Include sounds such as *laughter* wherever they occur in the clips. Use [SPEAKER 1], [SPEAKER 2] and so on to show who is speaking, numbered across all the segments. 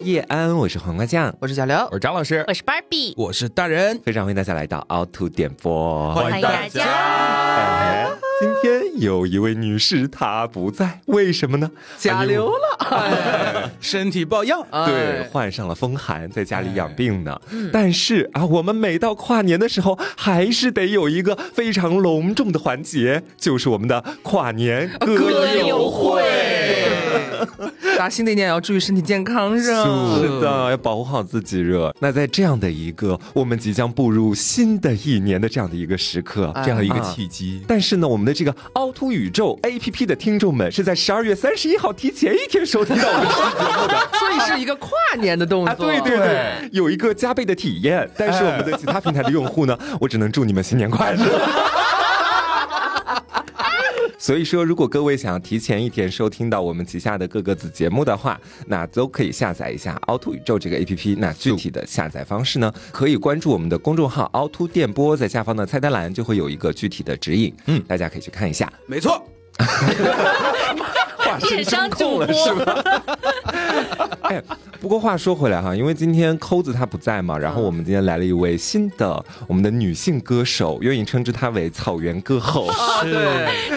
[SPEAKER 1] 叶安，我是黄瓜酱，
[SPEAKER 2] 我是小刘，
[SPEAKER 3] 我是张老师，
[SPEAKER 4] 我是 Barbie，
[SPEAKER 3] 我是大人，
[SPEAKER 1] 非常欢迎大家来到凹凸点播。
[SPEAKER 4] 欢迎大家。
[SPEAKER 1] 哎，今天有一位女士她不在，为什么呢？
[SPEAKER 2] 甲流了，哎
[SPEAKER 3] *laughs* 身体抱恙，
[SPEAKER 2] 哎
[SPEAKER 1] 对，患上了风寒，在家里养病呢。
[SPEAKER 4] 嗯
[SPEAKER 1] 但是啊，我们每到跨年的时候，还是得有一个非常隆重的环节，就是我们的跨年歌
[SPEAKER 4] 哦友会
[SPEAKER 2] 大家新的一年也要注意身体健康，是吧
[SPEAKER 1] 是的，要保护好自己热。那在这样的一个我们即将步入新的一年的这样的一个时刻，
[SPEAKER 2] 哎
[SPEAKER 3] 这样的一个
[SPEAKER 1] 啊
[SPEAKER 3] 契机，
[SPEAKER 1] 但是呢，我们的这个凹凸宇宙 APP 的听众们是在十二月三十一号提前一天收听到我们的
[SPEAKER 2] 所以是一个跨年的动
[SPEAKER 1] 啊，
[SPEAKER 2] 作，
[SPEAKER 1] 对对对，有一个加倍的体验。但是我们的其他平台的用户 *laughs* 呢，我只能祝你们新年快 *laughs* 乐。所以说，如果各位想要提前一天收听到我们旗下的各个子节目的话，那都可以下载一下凹凸宇宙这个 APP。那具体的下载方式呢，可以关注我们的公众号“凹凸电波”，在下方的菜单栏就会有一个具体的指引，嗯，大家可以去看一下。
[SPEAKER 3] 没错，
[SPEAKER 1] 哇，
[SPEAKER 4] 电商
[SPEAKER 1] 控了
[SPEAKER 4] 主播
[SPEAKER 1] 是吧？ *laughs* 哎，不过话说回来哈，因为今天抠子他不在嘛，然后我们今天来了一位新的我们的女性歌手，愿意称之她为草原歌后。
[SPEAKER 2] *laughs* 啊 对，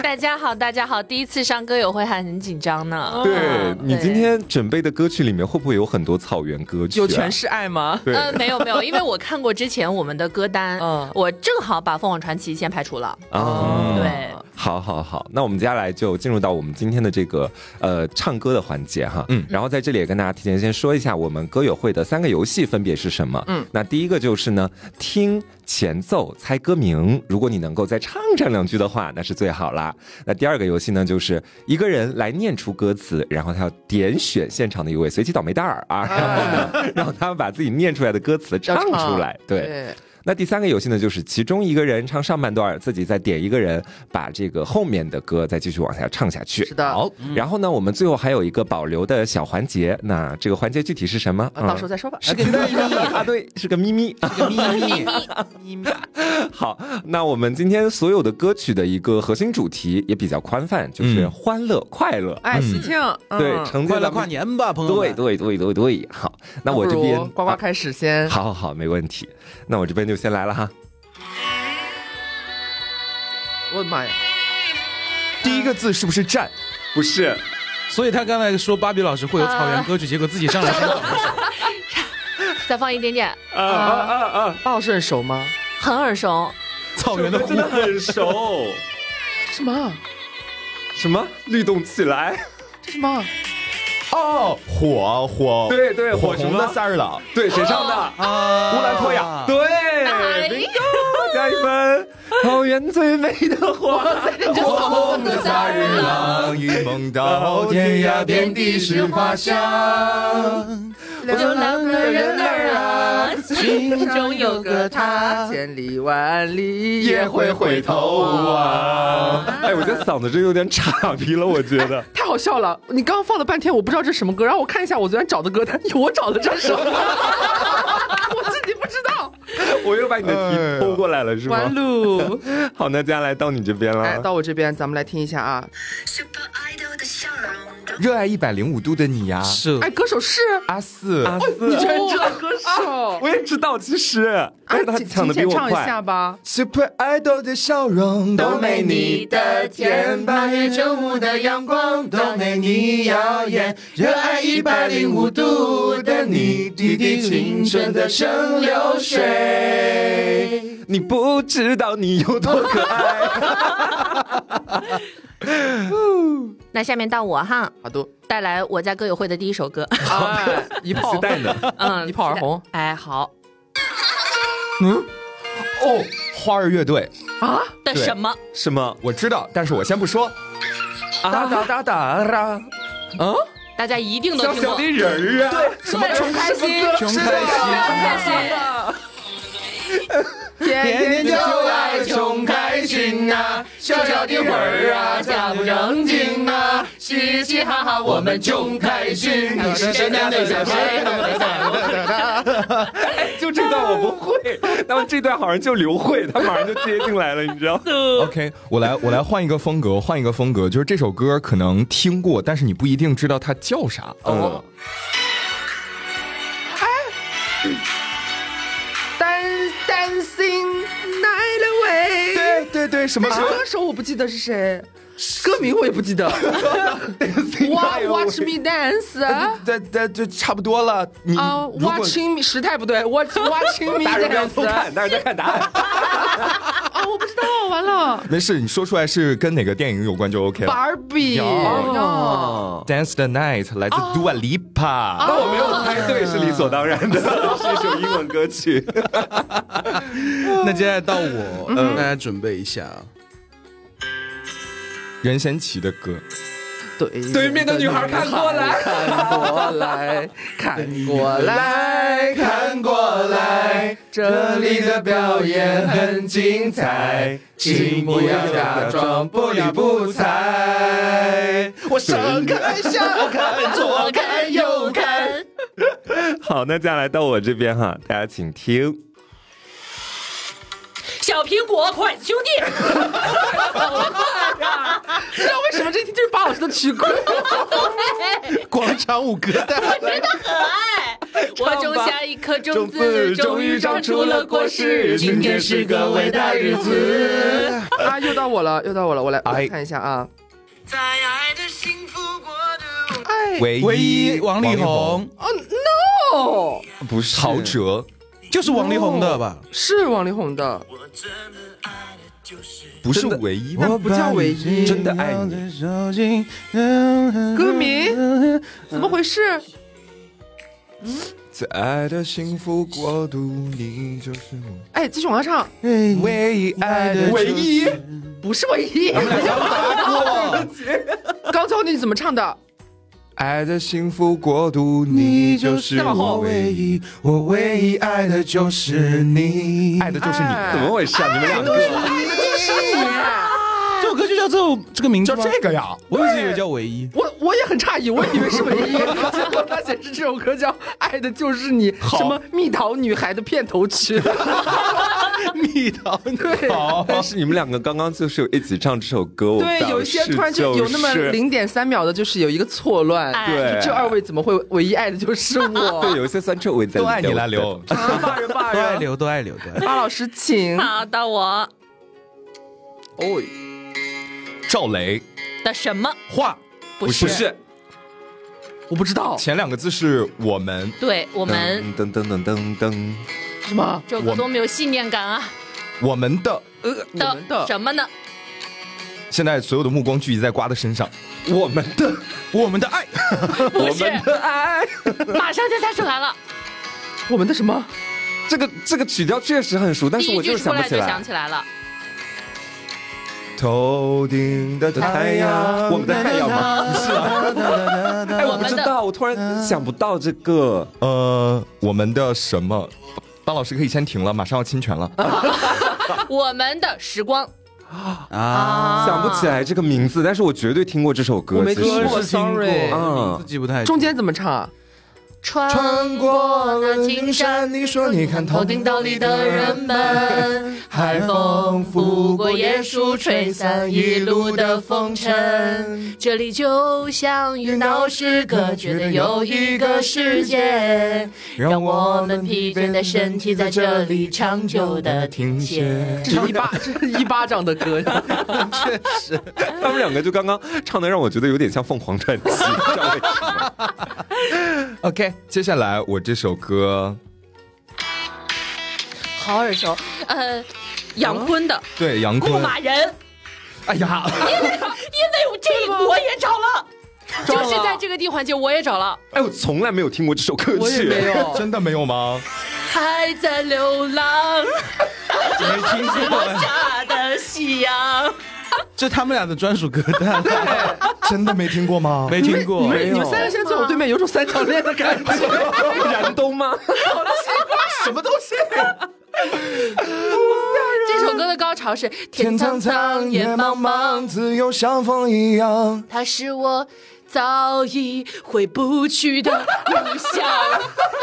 [SPEAKER 4] *laughs* 大家好，大家好，第一次上歌友会还很紧张呢。
[SPEAKER 1] 对你
[SPEAKER 4] 对
[SPEAKER 1] 今天准备的歌曲里面会不会有很多草原歌曲、啊？
[SPEAKER 2] 有全是爱吗？
[SPEAKER 1] 对
[SPEAKER 4] 呃，没有没有，因为我看过之前我们的歌单，
[SPEAKER 2] 嗯
[SPEAKER 4] 我正好把凤凰传奇先排除了。
[SPEAKER 1] 啊，
[SPEAKER 4] 对，
[SPEAKER 1] 好好好，那我们接下来就进入到我们今天的这个呃唱歌的环节哈。嗯，然后在这里也跟大家提前先说一下，我们歌友会的三个游戏分别是什么。嗯，那第一个就是呢，听前奏猜歌名，如果你能够再唱上两句的话，那是最好啦。那第二个游戏呢，就是一个人来念出歌词，然后他要点选现场的一位随机倒霉蛋儿啊，然后呢，让他们把自己念出来的歌词唱
[SPEAKER 2] 要唱
[SPEAKER 1] 出来。对。，那第三个游戏呢，就是其中一个人唱上半段，自己再点一个人把这个后面的歌再继续往下唱下去
[SPEAKER 2] 是。的，
[SPEAKER 3] 好，
[SPEAKER 1] 然后呢，我们最后还有一个保留的小环节，那这个环节具体是什么？
[SPEAKER 2] 啊到时候
[SPEAKER 1] 候
[SPEAKER 2] 再说吧。
[SPEAKER 1] 嗯是个咪咪啊，对，是个咪咪。
[SPEAKER 2] 这个
[SPEAKER 4] *laughs*
[SPEAKER 2] 秘密，秘密，
[SPEAKER 1] 好，那我们今天所有的歌曲的一个核心主题也比较宽泛，就是
[SPEAKER 3] 嗯
[SPEAKER 1] 欢乐、快乐。
[SPEAKER 2] 哎，喜庆，嗯
[SPEAKER 1] 对，承接
[SPEAKER 3] 快
[SPEAKER 1] 咱
[SPEAKER 3] 乐
[SPEAKER 1] 们
[SPEAKER 3] 跨。年吧，朋友
[SPEAKER 1] 对
[SPEAKER 3] 们。
[SPEAKER 1] 对对对对，好，那我
[SPEAKER 2] 不
[SPEAKER 1] 这
[SPEAKER 2] 如
[SPEAKER 1] 边啊
[SPEAKER 2] 呱呱开始先，
[SPEAKER 1] 好好好，没问题。那我这边就先来了哈。
[SPEAKER 2] 我的妈呀，
[SPEAKER 5] 第一个字是不是战？
[SPEAKER 1] 不是，
[SPEAKER 3] 所以他刚才说芭比老师会有草原歌曲，结果自己上
[SPEAKER 2] *laughs*
[SPEAKER 3] 来先
[SPEAKER 4] 再放一点点，
[SPEAKER 2] 巴老师很熟吗？
[SPEAKER 4] 很耳熟，
[SPEAKER 3] 草原的呼
[SPEAKER 1] 真的很熟。
[SPEAKER 2] 什么？
[SPEAKER 1] 什么律动起来？
[SPEAKER 2] 这什么？
[SPEAKER 5] 哦，火火，
[SPEAKER 1] 对对
[SPEAKER 5] 火
[SPEAKER 1] 火什
[SPEAKER 5] 红
[SPEAKER 1] 么
[SPEAKER 5] 的三儿郎，
[SPEAKER 1] 对，谁唱的？乌
[SPEAKER 3] 啊，
[SPEAKER 1] 兰托娅。
[SPEAKER 4] 哎
[SPEAKER 1] 对，bingo，加一分。草原最美的花，
[SPEAKER 5] 火红
[SPEAKER 4] 的三儿
[SPEAKER 5] 郎，与梦
[SPEAKER 1] 到天涯遍
[SPEAKER 4] 地是花香。有两个人儿啊，心中有个他。
[SPEAKER 2] 千里万里
[SPEAKER 5] 也会回头啊。
[SPEAKER 1] 哎，我觉得嗓子真有点岔劈了，我觉得。
[SPEAKER 2] 太好笑了！你刚刚放了半天，我不知道这是什么歌，然后我看一下我昨天找的歌 *laughs* 单，我找的这首， *laughs* 我自己不知道。
[SPEAKER 1] 我又把你的题偷过来了，是
[SPEAKER 2] 弯
[SPEAKER 1] 吗？啊
[SPEAKER 2] 路，
[SPEAKER 1] 好，那接下来到你这边
[SPEAKER 2] 哎，
[SPEAKER 1] 了。
[SPEAKER 2] 到我这边，咱们来听一下啊。
[SPEAKER 6] Super Idol 的笑容中，
[SPEAKER 5] 热爱一百零五度的你呀，
[SPEAKER 3] 是
[SPEAKER 1] 嗯
[SPEAKER 2] 哎，歌手是，
[SPEAKER 1] 啊
[SPEAKER 5] 阿四，
[SPEAKER 1] 阿四，
[SPEAKER 2] 居然知道歌手？
[SPEAKER 1] 我也知道，其实，但
[SPEAKER 2] 哎
[SPEAKER 1] 哦是，他
[SPEAKER 2] 请
[SPEAKER 1] 抢的
[SPEAKER 2] 请
[SPEAKER 1] 比
[SPEAKER 2] 先
[SPEAKER 1] 我
[SPEAKER 2] 唱一下
[SPEAKER 1] 快。
[SPEAKER 2] 吧。
[SPEAKER 5] Super Idol 的笑容都
[SPEAKER 1] 没你
[SPEAKER 5] 的甜，八月正午的阳光都没你耀眼。热爱一百零五度的你，滴滴青春的蒸馏水。
[SPEAKER 1] 你不知道你有多可 *laughs* 爱。
[SPEAKER 4] 那下面到我哈，
[SPEAKER 2] 好的，
[SPEAKER 4] 带来我在歌友会的第一首歌，
[SPEAKER 1] 啊
[SPEAKER 2] 哎，一炮
[SPEAKER 1] 期待呢。
[SPEAKER 4] *laughs* 嗯，
[SPEAKER 2] 一炮而红
[SPEAKER 4] 是的。哎，好
[SPEAKER 5] 哦，花儿乐队，
[SPEAKER 2] 啊！
[SPEAKER 4] 的
[SPEAKER 5] 对
[SPEAKER 4] 什么？
[SPEAKER 1] 什么？
[SPEAKER 5] 我知道，但是我先不说。
[SPEAKER 2] 哒哒哒哒哒，嗯，
[SPEAKER 4] 大家一定都
[SPEAKER 1] 像
[SPEAKER 4] 听
[SPEAKER 1] 小
[SPEAKER 4] 过。
[SPEAKER 1] 金人儿啊！对，
[SPEAKER 4] 什么穷开心？
[SPEAKER 5] 穷开心，
[SPEAKER 4] 开心。
[SPEAKER 2] 天天就
[SPEAKER 5] 爱穷开心啊，小小的魂儿啊，假不正经啊，嘻嘻哈哈，我们穷开心。
[SPEAKER 3] 哎
[SPEAKER 5] 你是谁家的小谁？
[SPEAKER 1] 就这段我不会，那么这段好像就刘慧，她马上就接进来了，你知 *laughs* 道？
[SPEAKER 5] OK，我来我来换一个风格，换一个风格，就是这
[SPEAKER 3] 哦
[SPEAKER 5] 嗯首歌可能听过，但是你不一定知道它叫啥。
[SPEAKER 1] 哦，
[SPEAKER 2] Dance Dancing Night Away。
[SPEAKER 5] 对对对，什么
[SPEAKER 2] 但
[SPEAKER 5] 什
[SPEAKER 2] 是
[SPEAKER 5] 么
[SPEAKER 2] 歌手我不记得是谁，歌名我也不记得。哇，Watch me dance 啊
[SPEAKER 5] 这这这差不多了。你
[SPEAKER 2] 啊
[SPEAKER 5] 如果
[SPEAKER 2] ，Watching me 时态不对，Watch Watching me
[SPEAKER 1] 大家不要偷
[SPEAKER 2] dance 啊
[SPEAKER 1] 看，大家在看答案。
[SPEAKER 2] 啊，我不知道，完
[SPEAKER 5] *laughs*
[SPEAKER 2] 了
[SPEAKER 5] 没事，你说出来是跟哪个电影有关就 OK 了。
[SPEAKER 2] ，Barbie，
[SPEAKER 5] 哦
[SPEAKER 2] 哦
[SPEAKER 5] Dance the night 来自 Dua Lipa，
[SPEAKER 1] 哦那我没有猜对是理所当然的， *laughs* 是一首英文歌曲。
[SPEAKER 3] 那接下来到我，嗯，大家准备一下啊。
[SPEAKER 5] 任贤齐的歌。
[SPEAKER 2] 对
[SPEAKER 1] 对面的女孩看过来，
[SPEAKER 2] 看过来，看过来，
[SPEAKER 5] 看过来，
[SPEAKER 2] 这里的
[SPEAKER 5] 表演很精彩，请不要假装不理不睬。我上看下看左看右看，
[SPEAKER 1] 好，那接下来到我这边哈，大家请听。
[SPEAKER 4] 小苹果款兄
[SPEAKER 1] *laughs*
[SPEAKER 4] 弟，
[SPEAKER 2] 不知道为什么这就是把老师的曲库，
[SPEAKER 3] 广场舞歌单，
[SPEAKER 4] 可爱。我种下一颗种
[SPEAKER 5] 子
[SPEAKER 4] 子，
[SPEAKER 5] 终
[SPEAKER 4] 终
[SPEAKER 5] 于
[SPEAKER 4] 于
[SPEAKER 5] 长
[SPEAKER 4] 长
[SPEAKER 5] 出
[SPEAKER 4] 出
[SPEAKER 5] 了
[SPEAKER 4] 了
[SPEAKER 5] 果
[SPEAKER 4] 果
[SPEAKER 5] 实
[SPEAKER 4] 实。
[SPEAKER 5] 今
[SPEAKER 4] 今
[SPEAKER 5] 天
[SPEAKER 4] 天
[SPEAKER 5] 是
[SPEAKER 4] 是
[SPEAKER 5] 个
[SPEAKER 4] 个
[SPEAKER 5] 伟
[SPEAKER 4] 伟
[SPEAKER 5] 大
[SPEAKER 4] 大
[SPEAKER 5] 日
[SPEAKER 4] 日
[SPEAKER 5] 子
[SPEAKER 4] 子。
[SPEAKER 2] 啊，又到我了，又到我了，我来我
[SPEAKER 5] 哎
[SPEAKER 2] 来看一下啊，
[SPEAKER 6] 在爱的幸福国度，
[SPEAKER 2] 哎，
[SPEAKER 5] 唯
[SPEAKER 3] 唯一王力宏，
[SPEAKER 2] 哦，no。
[SPEAKER 5] 不是陶喆，
[SPEAKER 3] 就是王力宏的吧？
[SPEAKER 2] 是王力宏的，
[SPEAKER 6] 我真的爱的就是
[SPEAKER 5] 不是唯一
[SPEAKER 2] 那
[SPEAKER 5] 吗？
[SPEAKER 2] 不叫唯一，
[SPEAKER 1] 真的爱你，
[SPEAKER 2] 歌名怎么回事？
[SPEAKER 5] 在爱的幸福国度，你就是我
[SPEAKER 2] 哎，继续往下唱，
[SPEAKER 5] 唯一爱的
[SPEAKER 1] 唯一
[SPEAKER 2] 不是唯一。 *laughs* 刚才那句怎么唱的？
[SPEAKER 5] 爱的幸福国度，你就是我唯一，我唯一爱的就是你，爱的就是
[SPEAKER 2] 哎
[SPEAKER 1] 怎么回事啊？你们两个
[SPEAKER 3] 这首歌就叫这首这个名字
[SPEAKER 5] 就
[SPEAKER 3] 吗？
[SPEAKER 5] 这个呀。
[SPEAKER 3] 我一直以为叫唯一。
[SPEAKER 2] 我我也很诧异，我以为是唯一，结果发现是这首歌叫《爱的就是你》，什么蜜桃女孩的片头曲。蜜桃对
[SPEAKER 1] 但是你们两个刚刚就是有一起唱这首歌，我
[SPEAKER 2] 对，有一些突然就有那么
[SPEAKER 1] 是
[SPEAKER 2] 零点三秒的，就是有一个错乱。
[SPEAKER 4] 哎
[SPEAKER 1] 对
[SPEAKER 2] 就这二位怎么会唯一爱的就是
[SPEAKER 1] *laughs*
[SPEAKER 2] 我？
[SPEAKER 1] 对，有一些酸臭味在里面。
[SPEAKER 5] 都爱你啦，刘。
[SPEAKER 2] 啊骂人骂
[SPEAKER 3] 都爱
[SPEAKER 2] 人。
[SPEAKER 3] 留，都爱留，都爱留。
[SPEAKER 2] 巴老师，请。
[SPEAKER 4] 好，到我
[SPEAKER 2] 哦，
[SPEAKER 5] 赵雷，
[SPEAKER 4] 的什么？
[SPEAKER 3] 画
[SPEAKER 4] 不是，
[SPEAKER 1] 不是，
[SPEAKER 2] 我不知道
[SPEAKER 5] 前两个字是我们，
[SPEAKER 4] 对我们
[SPEAKER 1] 噔噔噔噔噔，
[SPEAKER 2] 什么
[SPEAKER 4] 这首
[SPEAKER 5] 我
[SPEAKER 4] 歌多么有信念感啊！
[SPEAKER 5] 我们的。
[SPEAKER 2] 呃，我们的
[SPEAKER 4] 什么呢？
[SPEAKER 5] 现在所有的目光聚集在瓜的身上，
[SPEAKER 1] 我们的
[SPEAKER 3] 我们的爱，
[SPEAKER 4] 不是，
[SPEAKER 1] *laughs*
[SPEAKER 2] 哎，
[SPEAKER 4] 马上就猜出来了。
[SPEAKER 2] 我们的什么？
[SPEAKER 1] 这个这个曲调确实很熟，但
[SPEAKER 4] 第
[SPEAKER 1] 是
[SPEAKER 4] 一
[SPEAKER 1] 我就
[SPEAKER 4] 句
[SPEAKER 1] 是
[SPEAKER 4] 出
[SPEAKER 1] 想不
[SPEAKER 4] 来
[SPEAKER 1] 起
[SPEAKER 4] 就想
[SPEAKER 1] 来。
[SPEAKER 4] 起来了，
[SPEAKER 5] 头顶的
[SPEAKER 1] 太阳，我们的太阳吗？是啊。哎，我不知道，我突然想不到这个。
[SPEAKER 5] 呃，我们的什么？巴老师可以先停了，马上要侵权了。
[SPEAKER 4] 啊我们的时光
[SPEAKER 3] 啊
[SPEAKER 4] 啊
[SPEAKER 1] 想不起来这个名字，但是我绝对听过这首歌。
[SPEAKER 2] 嗯我没
[SPEAKER 1] 其实
[SPEAKER 2] 听过
[SPEAKER 3] 是听过
[SPEAKER 2] sorry
[SPEAKER 3] 名字记不太清
[SPEAKER 2] 中间怎么唱啊？
[SPEAKER 4] 穿过那青山。
[SPEAKER 5] 你说你看
[SPEAKER 4] 头顶斗笠的人们，海风拂过椰树，吹散一路的风尘。这里就像与闹市隔绝的又一个世界，让我们疲倦的身体在这里长久的停歇。
[SPEAKER 2] 这是一巴，这是一巴掌的歌。
[SPEAKER 1] 他们两个就刚刚唱的让我觉得有点像凤凰传奇，你知道为什么吗
[SPEAKER 5] OK，接下来我这首歌，
[SPEAKER 4] 好耳熟，呃，杨坤的
[SPEAKER 5] 对杨
[SPEAKER 4] 《牧
[SPEAKER 5] 坤，
[SPEAKER 4] 马人》，
[SPEAKER 5] 哎呀，
[SPEAKER 4] 因为这我也找了，就是在这个地环节我也找了。
[SPEAKER 1] 哎，我从来没有听过这首歌曲。
[SPEAKER 2] 我也没有。
[SPEAKER 5] 真的没有吗？
[SPEAKER 4] 还在流浪，
[SPEAKER 3] 没听过，
[SPEAKER 4] 下的夕阳。
[SPEAKER 3] 这他们俩的专属歌单，
[SPEAKER 5] 真的没听
[SPEAKER 1] *laughs*
[SPEAKER 5] 过吗？
[SPEAKER 3] 没听过
[SPEAKER 2] 你。们你们三个现在坐我对面，有种三角恋的感觉。
[SPEAKER 1] 燃冬
[SPEAKER 2] *laughs*
[SPEAKER 1] 吗？
[SPEAKER 5] 什么东西。
[SPEAKER 4] 这首歌的高潮是天苍苍，野茫茫，
[SPEAKER 5] 自由像风一样。
[SPEAKER 4] 它是我早已回不去的故乡。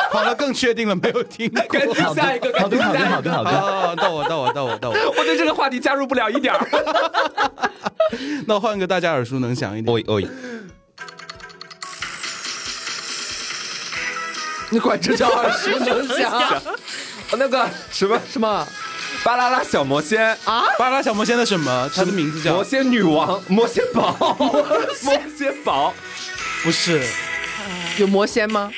[SPEAKER 3] 好了，更确定了，没有听过。
[SPEAKER 1] 赶紧下一个，赶紧下一个。
[SPEAKER 5] 的，好
[SPEAKER 3] 啊，到我，到我，到我，到我。
[SPEAKER 1] 我对这个话题加入不了一点儿。
[SPEAKER 3] *laughs* 那换个大家耳熟能详一点。
[SPEAKER 5] 哦哦，
[SPEAKER 2] 你管这叫耳熟能 *laughs* 详？
[SPEAKER 1] 那个什么
[SPEAKER 2] 什么？
[SPEAKER 1] 巴啦啦小魔仙啊，
[SPEAKER 3] 巴拉小魔仙的什么？它的名字
[SPEAKER 1] 魔
[SPEAKER 3] 叫
[SPEAKER 1] 仙女王、魔仙堡、魔仙堡，
[SPEAKER 3] 不是
[SPEAKER 2] 有魔仙吗？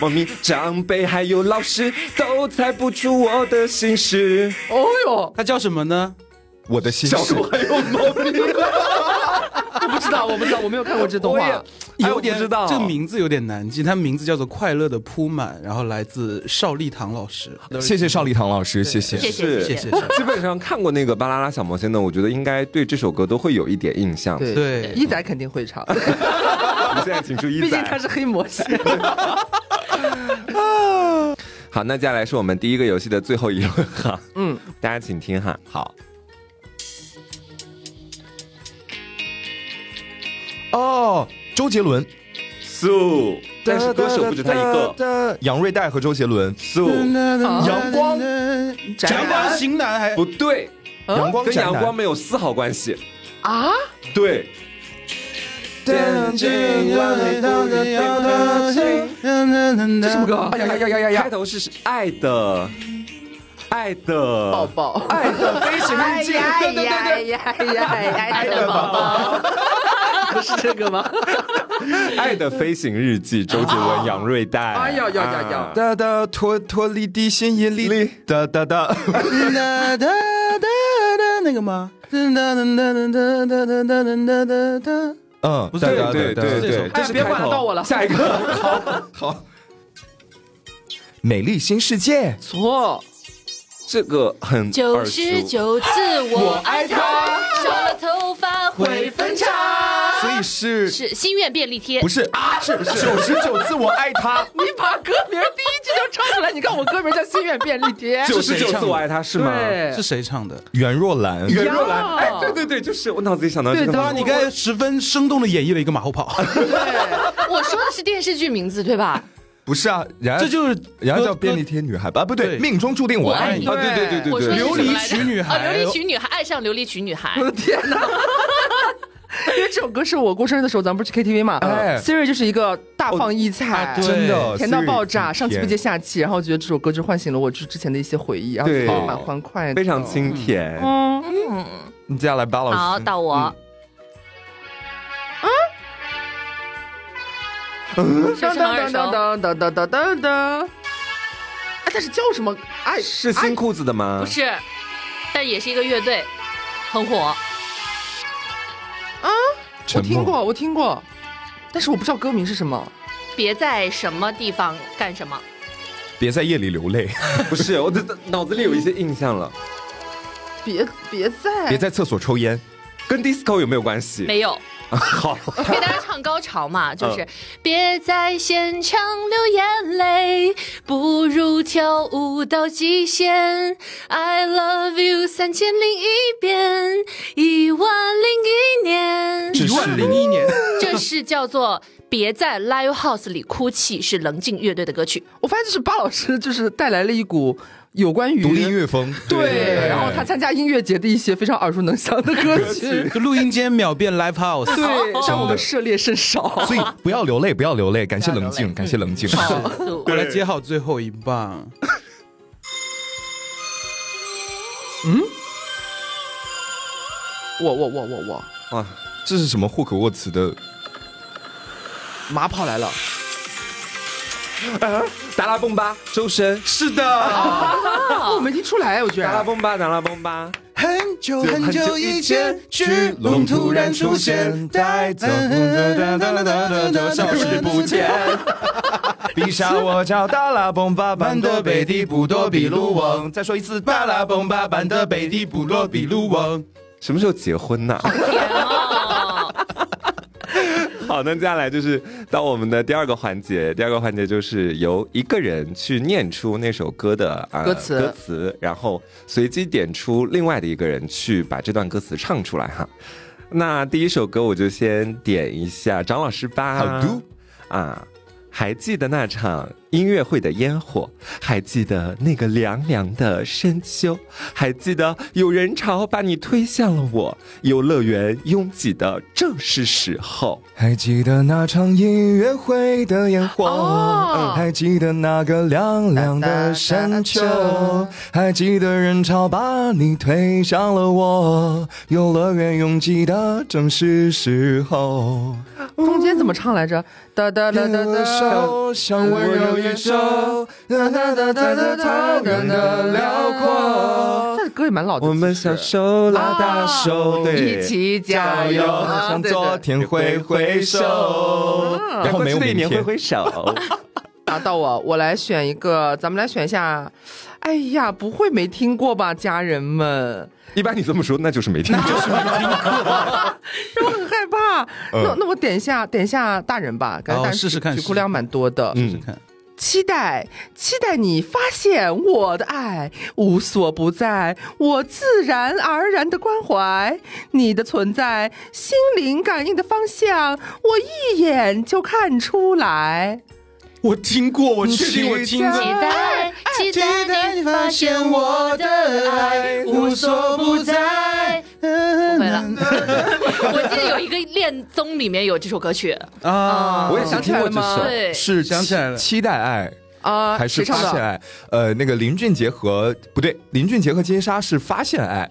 [SPEAKER 1] 猫咪长辈还有老师都猜不出我的心事。
[SPEAKER 2] 哦哟，
[SPEAKER 3] 它叫什么呢？
[SPEAKER 5] 我的心
[SPEAKER 1] 小
[SPEAKER 5] 事
[SPEAKER 1] 狗还有猫咪，
[SPEAKER 2] 我不知道，我不知道，我没有看过这动
[SPEAKER 1] 我也
[SPEAKER 2] 画。
[SPEAKER 1] 哎
[SPEAKER 3] 有点
[SPEAKER 1] 我不知道
[SPEAKER 3] 这个名字有点难记，它名字叫做《快乐的铺满》，然后来自邵力堂老师。
[SPEAKER 5] 谢谢邵力堂老师，谢谢。
[SPEAKER 1] *laughs*
[SPEAKER 4] 谢
[SPEAKER 1] 是
[SPEAKER 4] 谢谢
[SPEAKER 3] 谢
[SPEAKER 4] 谢。
[SPEAKER 3] 谢。
[SPEAKER 2] 哦
[SPEAKER 1] 基本上看过那个《巴啦啦小魔仙》的，我觉得应该对这首歌都会有一点印象。
[SPEAKER 2] 对
[SPEAKER 3] 对
[SPEAKER 2] 一仔肯定会唱，
[SPEAKER 1] 我们现在请出一 *laughs* 仔。
[SPEAKER 2] *laughs* 毕竟他是黑魔 *laughs* 仙。
[SPEAKER 1] 好，那接下来是我们第一个游戏的最后一轮哈。嗯，大家请听
[SPEAKER 2] 嗯
[SPEAKER 1] 哈。好，
[SPEAKER 5] 哦，周杰伦，
[SPEAKER 1] 素，但是歌手不止他一个。
[SPEAKER 5] 个，杨瑞代和周杰伦，
[SPEAKER 1] 素
[SPEAKER 5] 阳光，
[SPEAKER 3] 阳光型男还
[SPEAKER 1] 不对，
[SPEAKER 5] 阳
[SPEAKER 1] 啊
[SPEAKER 5] 光
[SPEAKER 1] 跟
[SPEAKER 5] 宅
[SPEAKER 1] 阳
[SPEAKER 5] 男
[SPEAKER 1] 光没有丝毫关系。
[SPEAKER 2] 啊，
[SPEAKER 1] 对，呃
[SPEAKER 2] 这什么歌？哎呀呀呀呀呀
[SPEAKER 1] 开！头是是爱的，爱的
[SPEAKER 2] 抱抱，
[SPEAKER 1] 爱的飞行日记。对对对对，
[SPEAKER 2] 呀呀！爱
[SPEAKER 4] 的宝
[SPEAKER 2] 宝，不是这个吗？
[SPEAKER 1] 《爱的飞行日记》，周杰伦、杨瑞代。
[SPEAKER 2] 哎呀呀呀呀
[SPEAKER 1] 啊
[SPEAKER 5] 哒哒脱脱离地心引力， *laughs* 哒哒哒，
[SPEAKER 3] 哒哒哒哒那个吗？哒哒哒哒哒哒哒哒哒哒哒。
[SPEAKER 5] 嗯，
[SPEAKER 3] 不是
[SPEAKER 5] 哒
[SPEAKER 1] 对
[SPEAKER 5] 哒
[SPEAKER 1] 对
[SPEAKER 5] 哒哒
[SPEAKER 1] 对
[SPEAKER 5] 哒
[SPEAKER 1] 对，
[SPEAKER 2] 哎
[SPEAKER 1] 这是
[SPEAKER 2] 别管
[SPEAKER 1] 开头
[SPEAKER 2] 了到我了
[SPEAKER 1] 下一个。
[SPEAKER 5] 好，美丽新世界，
[SPEAKER 2] 错，
[SPEAKER 1] 这个很
[SPEAKER 4] 九
[SPEAKER 1] 耳熟
[SPEAKER 4] 十九次我爱他，少了头发会分
[SPEAKER 1] 啊
[SPEAKER 4] 叉。
[SPEAKER 5] 所以是
[SPEAKER 4] 是心愿便利贴，
[SPEAKER 5] 不是啊？是不是九十九次我爱他？
[SPEAKER 2] 你把歌名第一句就唱出来。你看我歌名叫《心愿便利贴》，
[SPEAKER 1] 九
[SPEAKER 3] 是
[SPEAKER 1] 十
[SPEAKER 3] 谁
[SPEAKER 1] 九
[SPEAKER 3] 唱的
[SPEAKER 1] 次我爱他是吗？
[SPEAKER 2] 对
[SPEAKER 3] 是，谁唱的？
[SPEAKER 5] 袁若兰，
[SPEAKER 1] 袁若兰，
[SPEAKER 2] 呀
[SPEAKER 1] 哎，对对对，就是我脑子里想到这个
[SPEAKER 2] 对
[SPEAKER 1] 名
[SPEAKER 3] 哇，
[SPEAKER 1] 字。
[SPEAKER 3] 你刚才十分生动的演绎了一个马后炮，
[SPEAKER 4] 我说的是电视剧名字对吧？
[SPEAKER 5] 不是啊？人家
[SPEAKER 3] 这就是
[SPEAKER 5] 人家叫
[SPEAKER 3] 歌
[SPEAKER 5] 便利贴女孩吧？啊不呃对，
[SPEAKER 3] 对
[SPEAKER 5] 命中注定我
[SPEAKER 4] 我
[SPEAKER 5] 爱
[SPEAKER 4] 爱
[SPEAKER 5] 你
[SPEAKER 4] 你
[SPEAKER 1] 啊，对对对对
[SPEAKER 4] 我说
[SPEAKER 1] 对，
[SPEAKER 4] 的是
[SPEAKER 3] 琉
[SPEAKER 4] 什么
[SPEAKER 3] 璃
[SPEAKER 4] 来着
[SPEAKER 3] 曲女孩
[SPEAKER 4] 啊，琉璃曲女孩爱上琉璃曲女孩
[SPEAKER 2] 我，的天哪！ *laughs* 因为这首歌是我过生日的时候，咱们不是去 KTV 嘛、
[SPEAKER 5] 哎哦
[SPEAKER 2] s i r i 就是一个大放异彩，
[SPEAKER 3] 对
[SPEAKER 5] 真的
[SPEAKER 2] 甜到爆炸，
[SPEAKER 5] Siri
[SPEAKER 2] 上气不接下气，然后觉得这首歌就唤醒了我之之前的一些回忆，然后啊
[SPEAKER 1] 对
[SPEAKER 2] 觉得蛮欢快的，
[SPEAKER 1] 非常清甜。
[SPEAKER 2] 嗯，
[SPEAKER 5] 你接下来
[SPEAKER 1] 哦
[SPEAKER 5] 巴老师，
[SPEAKER 4] 好，到我。
[SPEAKER 2] 当
[SPEAKER 4] 是很耳
[SPEAKER 2] 当
[SPEAKER 4] 熟
[SPEAKER 2] 当当当当当当当，哎，但是叫什么？哎，
[SPEAKER 1] 是新裤子的吗？
[SPEAKER 4] 不，是，但也是一个乐队，很火。
[SPEAKER 2] 我
[SPEAKER 5] 沉默
[SPEAKER 2] 听过，我听过，但是我不知道歌名是什么。
[SPEAKER 4] 别在什么地方干什么，
[SPEAKER 5] 别在夜里流泪，
[SPEAKER 2] 哎
[SPEAKER 1] 不是，我的脑子里有一些印象了，
[SPEAKER 2] 别别在，
[SPEAKER 5] 别在厕所抽烟，
[SPEAKER 1] 跟 disco 有没有关系？
[SPEAKER 4] 没有。
[SPEAKER 1] 好，
[SPEAKER 4] 给大家唱高潮嘛，就是别在现场流眼泪，不如跳舞到极限。I love you 三千零一遍，一万零一年，
[SPEAKER 5] *laughs* 只是
[SPEAKER 3] 一年，
[SPEAKER 4] 这是叫做。别在 Live House 里哭泣，是棱镜乐队的歌曲。
[SPEAKER 2] 我发现就是巴老师就是带来了一股有关于
[SPEAKER 5] 独立音乐风，
[SPEAKER 2] 对，然后他参加音乐节的一些非常耳熟能详的歌 *laughs* 曲，
[SPEAKER 3] 就录音间秒变 live house。
[SPEAKER 2] 对，让我们涉猎甚少。
[SPEAKER 5] 所以不要流泪，不要流泪，感谢冷
[SPEAKER 4] 不要流
[SPEAKER 5] 静，
[SPEAKER 4] 泪
[SPEAKER 5] 感谢冷静。
[SPEAKER 3] *laughs*
[SPEAKER 4] 速
[SPEAKER 3] 我来接好最后一棒。
[SPEAKER 2] 我我我我我，
[SPEAKER 1] 哇，
[SPEAKER 5] 这是什么霍格沃茨的？
[SPEAKER 2] 马跑 *laughs* 来了，
[SPEAKER 1] 达拉崩吧，周深，
[SPEAKER 3] 是的，
[SPEAKER 2] 我哦没听出来，我居
[SPEAKER 1] 达拉
[SPEAKER 2] 然。
[SPEAKER 1] 崩吧，达拉崩吧，
[SPEAKER 3] 很久
[SPEAKER 1] 很久以前
[SPEAKER 5] 巨龙突然出现，带走消失不见。比萨我叫达拉崩巴班德贝蒂布多比卢翁，再说一次达拉崩巴班德贝蒂布多比卢翁。
[SPEAKER 1] 什么时候结婚呢？
[SPEAKER 4] 哦
[SPEAKER 1] *laughs* 好，那接下来就是到我们的第二个环节，第二个环节就是由一个人去念出那首歌的、呃、
[SPEAKER 2] 歌词
[SPEAKER 1] 歌词，然后随机点出另外的一个人去把这段歌词唱出来哈。那第一首歌我就先点一下张老师吧。
[SPEAKER 5] 好的
[SPEAKER 1] 啊，还记得那场音乐会的烟火，还记得那个凉凉的深秋，还记得有人潮把你推向了我，游乐园拥挤的正是时候。
[SPEAKER 5] 还记得那场音乐会的烟火，嗯
[SPEAKER 4] 哦
[SPEAKER 5] 还记得那个凉凉的深秋，还记得人潮把你推向了我，游乐园拥挤的正是时候。
[SPEAKER 2] 中间怎么唱来着？哒哒哒
[SPEAKER 5] 你
[SPEAKER 2] 哒
[SPEAKER 5] 的
[SPEAKER 2] 哒。
[SPEAKER 5] 手像温柔野兽，哒哒哒哒哒，草原的辽阔。
[SPEAKER 2] 这歌也蛮老的。
[SPEAKER 1] 我们
[SPEAKER 2] 其实
[SPEAKER 1] 小手拉大手，对，
[SPEAKER 2] 一起加油，啊
[SPEAKER 5] 向
[SPEAKER 2] 对对
[SPEAKER 5] 昨天挥挥手，然后没有
[SPEAKER 1] 过去的一年
[SPEAKER 5] 明
[SPEAKER 1] 挥
[SPEAKER 5] 天。
[SPEAKER 1] 挥手。
[SPEAKER 2] 啊，到我，我来选一个，咱们来选一下。哎呀，不会没听过吧，家人们？
[SPEAKER 1] *laughs* 一般你这么说，那就是没听
[SPEAKER 2] *laughs*
[SPEAKER 1] 过。
[SPEAKER 2] 让我很害怕。那那我点一下，点一下大人吧，感觉大人
[SPEAKER 3] 哦试试
[SPEAKER 2] 曲
[SPEAKER 3] 看
[SPEAKER 2] 曲
[SPEAKER 3] 试
[SPEAKER 2] 库
[SPEAKER 3] 试
[SPEAKER 2] 量蛮多的。
[SPEAKER 1] 嗯，
[SPEAKER 2] 期待，期待你发现我的爱无所不在，我自然而然的关怀你的存在，心灵感应的方向，我一眼就看出来。
[SPEAKER 3] 我听过，我确定我听
[SPEAKER 4] 期
[SPEAKER 3] 过。
[SPEAKER 4] 待，期
[SPEAKER 5] 期
[SPEAKER 4] 待
[SPEAKER 5] 待
[SPEAKER 4] 你
[SPEAKER 5] 你
[SPEAKER 4] 发
[SPEAKER 5] 发
[SPEAKER 4] 现
[SPEAKER 5] 现
[SPEAKER 4] 我的
[SPEAKER 5] 我的
[SPEAKER 4] 爱
[SPEAKER 5] 爱
[SPEAKER 4] 无所
[SPEAKER 5] 无所
[SPEAKER 4] 不
[SPEAKER 5] 不
[SPEAKER 4] 在嗯
[SPEAKER 5] 在。嗯 *laughs*
[SPEAKER 4] 不会了， *laughs* 我记得有一个恋综里面有这首歌曲，
[SPEAKER 3] 啊，
[SPEAKER 1] 我也是
[SPEAKER 2] 想起
[SPEAKER 1] 听
[SPEAKER 2] 来
[SPEAKER 1] 过
[SPEAKER 2] 了
[SPEAKER 1] 这
[SPEAKER 2] 吗
[SPEAKER 1] 首。
[SPEAKER 4] 对，
[SPEAKER 5] 是
[SPEAKER 3] 想起来了
[SPEAKER 5] 期期待爱
[SPEAKER 2] 啊，
[SPEAKER 5] 还是
[SPEAKER 2] 谁唱
[SPEAKER 5] 发现
[SPEAKER 2] 的？
[SPEAKER 5] 爱？呃，那个林俊杰和不对，林俊杰和金莎是发现爱，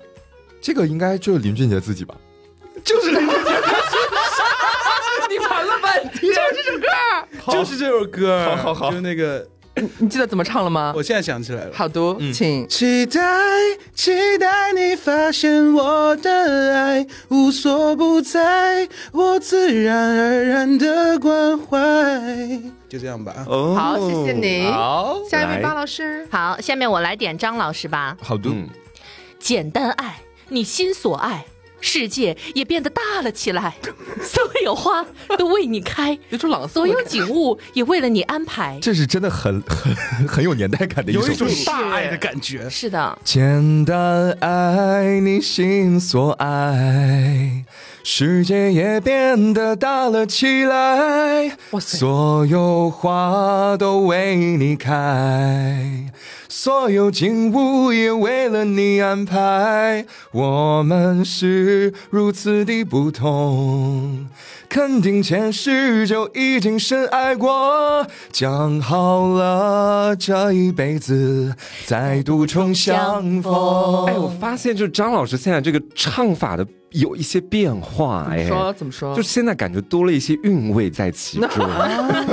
[SPEAKER 5] 这个应该就是林俊杰自己吧？
[SPEAKER 3] 就是林俊杰，
[SPEAKER 2] 你盘了半天，就是这首歌。
[SPEAKER 3] 就是这首歌。
[SPEAKER 5] 好好好
[SPEAKER 3] 就那个，
[SPEAKER 2] 你记得怎么唱了吗？
[SPEAKER 3] 我现在想起来了。
[SPEAKER 2] 好读，请。
[SPEAKER 3] 期待，期待你发现我的爱无所不在，我自然而然的关怀。就这样吧。啊
[SPEAKER 1] 哦
[SPEAKER 2] 好，谢谢。你。
[SPEAKER 5] 好，
[SPEAKER 2] 下一位
[SPEAKER 1] 来
[SPEAKER 2] 巴老师，
[SPEAKER 4] 好，下面我来点张老师吧。
[SPEAKER 5] 好的，
[SPEAKER 1] 嗯，
[SPEAKER 4] 简单爱，你心所爱，世界也变得大了起来。所有花都为你 *laughs* 开，
[SPEAKER 2] 有种朗
[SPEAKER 4] 所
[SPEAKER 2] 诵
[SPEAKER 4] 有
[SPEAKER 2] 的感觉，
[SPEAKER 4] 景物也为了你安排。
[SPEAKER 5] 这是真的很 *laughs* 很很有年代感的一首
[SPEAKER 3] 有
[SPEAKER 5] 歌。
[SPEAKER 3] 一种
[SPEAKER 4] 是
[SPEAKER 3] 大爱的感觉。
[SPEAKER 4] 是的，
[SPEAKER 5] 简单爱你心所爱，世界也变得大了起来。
[SPEAKER 2] 哇塞
[SPEAKER 5] 所有花都为你开，所有景物也为了你安排。我们是如此的不同，肯定前世就已经深爱过，讲好了这一辈子再度重相逢。
[SPEAKER 1] 哎，我发现就是张老师现在这个唱法的有一些变化，哎，
[SPEAKER 2] 说怎么说？
[SPEAKER 1] 就是现在感觉多了一些韵味在其
[SPEAKER 2] *laughs*
[SPEAKER 1] 中。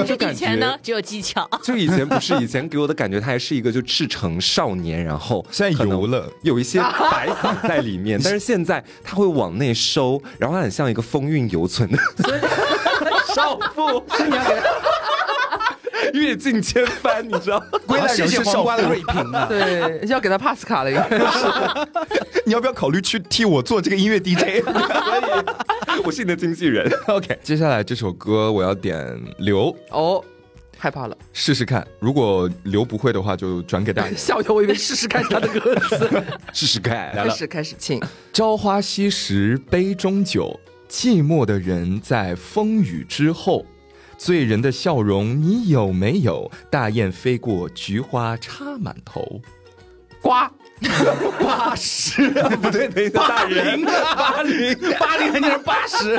[SPEAKER 4] 这以前呢只有技巧。
[SPEAKER 1] 就以前不是，以前给我的感觉他还是一个就赤诚少年，然后
[SPEAKER 5] 现在
[SPEAKER 1] 可能
[SPEAKER 5] 油了，
[SPEAKER 1] 有一些
[SPEAKER 3] *laughs*
[SPEAKER 1] 白发在里面，但是现在他会往内收，然后他很像一个风韵犹存的
[SPEAKER 3] *laughs*
[SPEAKER 1] 少妇，阅尽千帆，你知道？
[SPEAKER 3] *laughs*
[SPEAKER 5] 归来仍是少妇。
[SPEAKER 3] 瓶啊！
[SPEAKER 2] 对，要给他 pass 卡了，应 *laughs* 该是。
[SPEAKER 5] *laughs* 你要不要考虑去替我做这个音乐 DJ？
[SPEAKER 1] 我是你的经纪人，
[SPEAKER 5] OK，接哎下来这首歌我要点刘
[SPEAKER 2] 哦，害怕了，
[SPEAKER 5] 试试看，如果刘不会的话就转给大 *laughs* 家。
[SPEAKER 2] 笑的我以为试试看他的歌 *laughs* 词。
[SPEAKER 1] 试试看。
[SPEAKER 2] 开始，开始，请。
[SPEAKER 5] 朝花夕拾杯中酒，寂寞的人在风雨之后。醉人的笑容，你有没有？大雁飞过，菊花插满头。
[SPEAKER 2] 瓜，
[SPEAKER 3] 八十，
[SPEAKER 1] 不对，等一下，大人，
[SPEAKER 3] 啊八零，八零，人家是八十，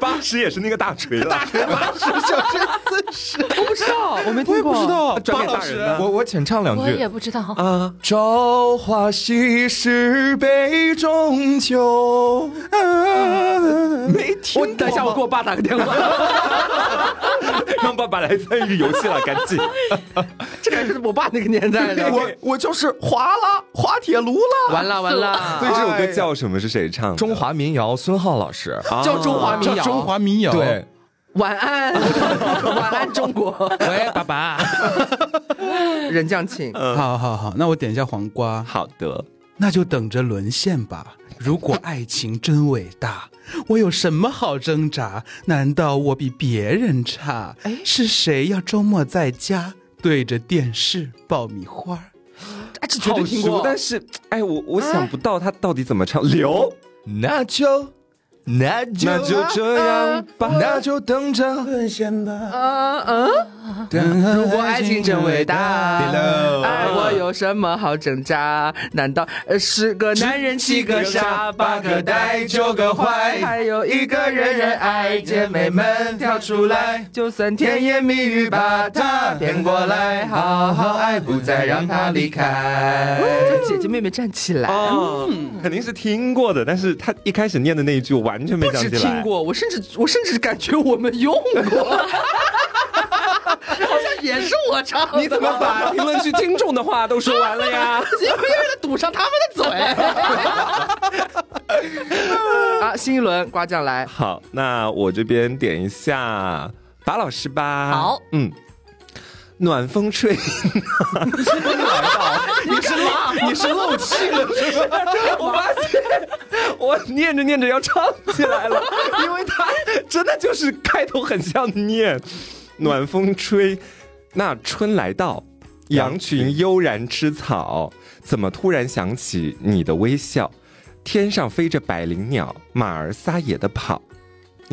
[SPEAKER 1] *laughs* 八十也是那个大锤了。
[SPEAKER 3] 八十小学四十，
[SPEAKER 2] 我不知道，哦我没听过。
[SPEAKER 1] 道转给
[SPEAKER 3] 巴老
[SPEAKER 1] 大
[SPEAKER 3] 师
[SPEAKER 1] 人呢
[SPEAKER 5] 我我浅唱两
[SPEAKER 4] 我也
[SPEAKER 5] 句。
[SPEAKER 4] 不知道，
[SPEAKER 1] 啊，
[SPEAKER 5] 朝花夕拾杯中酒。哎没听
[SPEAKER 2] 我等一下，我给我爸打个电话。
[SPEAKER 1] 让爸爸来参与游戏了，赶紧。
[SPEAKER 3] 哎
[SPEAKER 2] 这个是我爸那个年代的。
[SPEAKER 5] 我我就是滑了，滑铁卢
[SPEAKER 2] *laughs*
[SPEAKER 5] 了。
[SPEAKER 2] 完了完了，
[SPEAKER 1] 所以这首歌叫什么？是谁唱的？
[SPEAKER 5] 中华民谣，孙浩老师。
[SPEAKER 2] 叫中华民
[SPEAKER 3] *laughs*
[SPEAKER 2] 谣。
[SPEAKER 3] 中华民谣。
[SPEAKER 5] 对，，
[SPEAKER 2] 晚安， *laughs* 晚安中国。
[SPEAKER 3] *laughs* 喂，爸爸，
[SPEAKER 2] 人将请。
[SPEAKER 3] 好好好，那我点一下黄瓜。
[SPEAKER 1] 好的，
[SPEAKER 3] 那就等着沦陷吧。如果爱情真伟大，我有什么好挣扎？难道我比别人差？
[SPEAKER 2] 哎
[SPEAKER 3] 是谁要周末在家对着电视爆米花？
[SPEAKER 2] 哎，这
[SPEAKER 1] 好熟，但是哎，我我想不到他到底怎么唱。刘，
[SPEAKER 5] 那就那就
[SPEAKER 1] 那就这样吧。
[SPEAKER 5] 那就等着。
[SPEAKER 3] 沦陷吧。
[SPEAKER 2] 嗯嗯，
[SPEAKER 3] 如
[SPEAKER 2] 我爱情真伟大，
[SPEAKER 3] Hello
[SPEAKER 5] 哎
[SPEAKER 2] 爱我有什么好挣扎？难道呃十个男人七个傻，八个呆，
[SPEAKER 5] 九个
[SPEAKER 2] 还有一个人人爱？姐妹们，
[SPEAKER 5] 们跳出来，
[SPEAKER 2] 就算甜言
[SPEAKER 5] 蜜语把
[SPEAKER 2] 它骗过来好好
[SPEAKER 5] 爱，不再让它离开
[SPEAKER 2] 姐姐妹妹站起来。
[SPEAKER 1] 哦，肯定是听过的，但是他一开始念的那一句我完全没
[SPEAKER 2] 不
[SPEAKER 1] 想
[SPEAKER 2] 止
[SPEAKER 1] 起来。
[SPEAKER 2] 听过，我甚至我甚至感觉我们用过， *laughs* 好像也是我唱的。
[SPEAKER 1] 你怎么把 *laughs* 评论区听众的话都说完了呀？
[SPEAKER 2] 因为为了堵上他们的嘴。 *laughs* 啊，新一轮瓜酱来，
[SPEAKER 1] 好，那我这边点一下法老师吧。
[SPEAKER 4] 好，
[SPEAKER 1] 嗯，暖风吹， *laughs*
[SPEAKER 4] 你干嘛？
[SPEAKER 1] 你是漏气了 *laughs* 是吧？我发现我念着念着要唱起来了，因为它真的就是开头很像念暖风吹，那春来到，羊群悠然吃草，怎么突然想起你的微笑？天上飞着百灵鸟，马儿撒野的跑。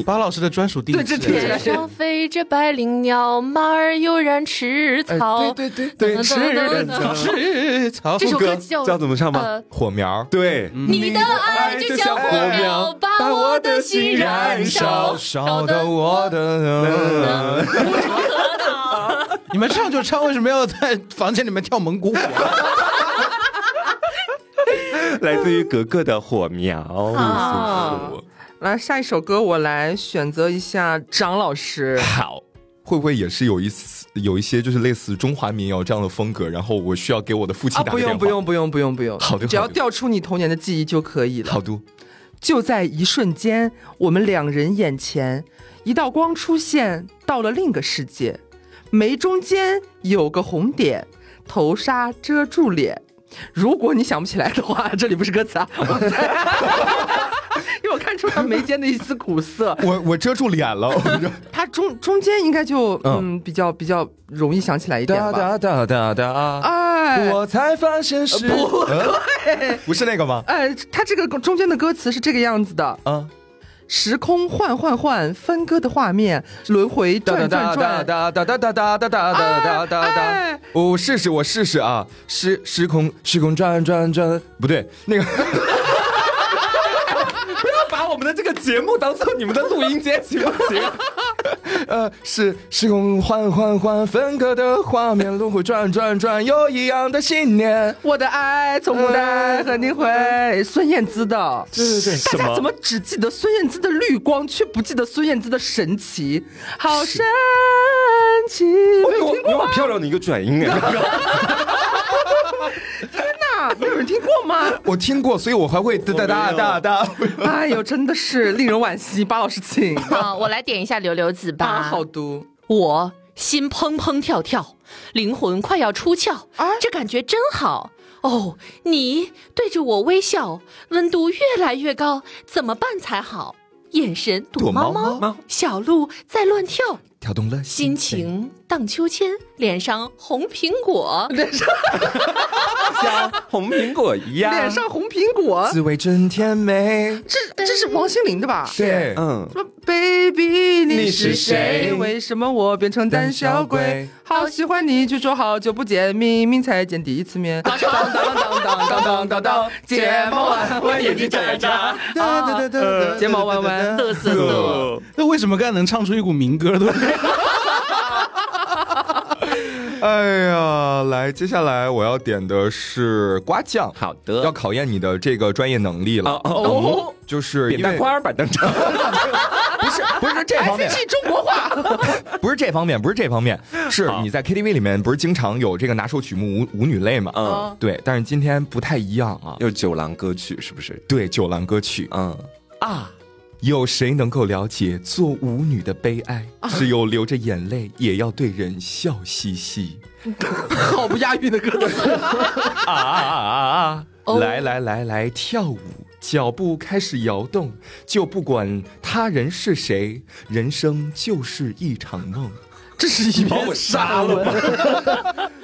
[SPEAKER 3] 巴老师的专属地
[SPEAKER 2] 对
[SPEAKER 3] 址，
[SPEAKER 2] 这听起
[SPEAKER 4] 天
[SPEAKER 2] 来
[SPEAKER 4] 上飞着百灵鸟，马儿悠然吃草。
[SPEAKER 5] 对对对，
[SPEAKER 1] 对，
[SPEAKER 4] 等
[SPEAKER 1] 吃
[SPEAKER 4] 等等
[SPEAKER 1] 人
[SPEAKER 4] 等
[SPEAKER 1] 草
[SPEAKER 3] 是曹
[SPEAKER 4] 这首歌
[SPEAKER 1] 歌
[SPEAKER 4] 叫
[SPEAKER 1] 叫怎么唱吗？
[SPEAKER 4] 呃，
[SPEAKER 5] 火苗。
[SPEAKER 1] 对，
[SPEAKER 4] 你的爱就像火苗，把我的心燃烧，
[SPEAKER 5] 烧的我的
[SPEAKER 3] 你们唱就唱，为什么要在房间里面跳蒙古舞啊？
[SPEAKER 1] 来自于格格的火苗。
[SPEAKER 4] 啊
[SPEAKER 2] 来下一首歌，我来选择一下张老
[SPEAKER 5] *laughs*
[SPEAKER 2] 师。
[SPEAKER 5] 好，会不会也是有一丝有一些就是类似中华民谣这样的风格？然后我需要给我的父亲
[SPEAKER 2] 啊，
[SPEAKER 5] 打
[SPEAKER 2] 不
[SPEAKER 5] 个电话。
[SPEAKER 2] 用不，用不用不用不用，
[SPEAKER 5] 好的
[SPEAKER 2] 只要
[SPEAKER 5] 好的
[SPEAKER 2] 调出你童年的记忆就可以了。
[SPEAKER 5] 好嘟，
[SPEAKER 2] 就在一瞬间，我们两人眼前一道光出现，到了另一个世界。眉中间有个红点，头纱遮住脸。如果你想不起来的话，这里不是歌词啊，我在 *laughs* 因为我看出他眉间的一丝苦涩，
[SPEAKER 5] 我我遮住脸了。
[SPEAKER 2] 他中中间应该就嗯比较比较容易想起来一点吧。
[SPEAKER 5] 哒哒哒，
[SPEAKER 2] 哎
[SPEAKER 5] 我才发现是不对，不是那个吗？
[SPEAKER 2] 哎，他这个中间的歌词是这个样子的。
[SPEAKER 5] 啊，
[SPEAKER 2] 时空换换换，分割的画面轮回转转转，哎
[SPEAKER 5] 哒哒哒哒哒哒哒哒哒哒。我试试，我试试啊！时时空时空转转转，不对，那个
[SPEAKER 1] 不要把我们的这个节目当做你们的录音间，行不行？
[SPEAKER 5] 呃，是时空换换换，分割的画面轮回转转转，又一样的信念。
[SPEAKER 2] 我的爱从古代和你回。孙燕姿的，
[SPEAKER 1] *laughs* 对对对，
[SPEAKER 2] 大家怎么只记得孙燕姿的绿光，却不记得孙燕姿的神奇？好神奇！
[SPEAKER 1] 我有有好漂亮的一个转音哎！
[SPEAKER 2] 那哎没有人听过吗？
[SPEAKER 5] 我听过，所以我还会哒哒哒哒哒。
[SPEAKER 2] 哎呦，真的是令人惋惜。巴老师，请。
[SPEAKER 4] 啊，我来点一下《柳柳子》吧。
[SPEAKER 2] 八啊好读，
[SPEAKER 4] 我心砰砰跳跳，灵魂快要出窍，这感觉真好。哦，你对着我微笑，温度越来越高，怎么办才好？眼神躲猫
[SPEAKER 5] 躲猫
[SPEAKER 1] 猫
[SPEAKER 4] 小鹿在乱跳，
[SPEAKER 5] 跳动了
[SPEAKER 4] 心情荡秋千，脸上红苹果。
[SPEAKER 2] 嗯
[SPEAKER 1] 像红苹果一 *laughs* 样，
[SPEAKER 2] 脸上红苹果，
[SPEAKER 5] 滋味真甜美。
[SPEAKER 2] 这这是王心凌的吧？
[SPEAKER 5] 对，
[SPEAKER 1] 嗯，
[SPEAKER 2] 什么 baby 你
[SPEAKER 5] 你
[SPEAKER 2] 是
[SPEAKER 5] 是
[SPEAKER 2] 谁？
[SPEAKER 5] 谁
[SPEAKER 2] 为什么我变成胆小鬼
[SPEAKER 5] 胆小鬼？
[SPEAKER 2] 好喜欢你，却说好久不见，明明才见第一次面。当当当当当当当当当，睫毛弯
[SPEAKER 1] 嗯
[SPEAKER 2] 弯，眼睛眨眨，
[SPEAKER 3] 哒
[SPEAKER 2] 呃
[SPEAKER 3] 哒哒哒哒
[SPEAKER 2] 睫毛弯弯
[SPEAKER 4] 嘚瑟瑟，
[SPEAKER 3] 那为什么刚才能唱出一股民歌的？
[SPEAKER 2] *laughs*
[SPEAKER 5] 哎呀，来，接下来我要点的是瓜酱，
[SPEAKER 1] 好
[SPEAKER 5] 要
[SPEAKER 1] 的。
[SPEAKER 5] 考验你的这个专业能力了。
[SPEAKER 1] 哦哦，
[SPEAKER 5] 就是
[SPEAKER 1] 扁
[SPEAKER 5] 因为
[SPEAKER 1] 担花儿板凳长，
[SPEAKER 5] 不是不是这方面，
[SPEAKER 2] 是中国话。
[SPEAKER 5] 不是这方面，不是这方面，是
[SPEAKER 1] 好
[SPEAKER 5] 你在 KTV 里面不是经常有这个拿手曲目舞舞女泪嘛？
[SPEAKER 1] *laughs* 嗯，
[SPEAKER 5] 对，但是今天不太一样啊。
[SPEAKER 1] 又是九郎歌曲是不是？
[SPEAKER 5] 对，九郎歌曲，
[SPEAKER 1] 嗯，
[SPEAKER 5] 啊，有谁能够了解做舞女的悲哀？只有流着眼泪，也要对人笑嘻嘻。
[SPEAKER 2] 好不押韵的歌词。
[SPEAKER 5] 啊啊啊啊！
[SPEAKER 4] 哦
[SPEAKER 5] 来来来来，跳舞。脚步开始摇动，就不管他人是谁，人生就是一场梦。
[SPEAKER 2] 这是一
[SPEAKER 1] 把我杀了吧！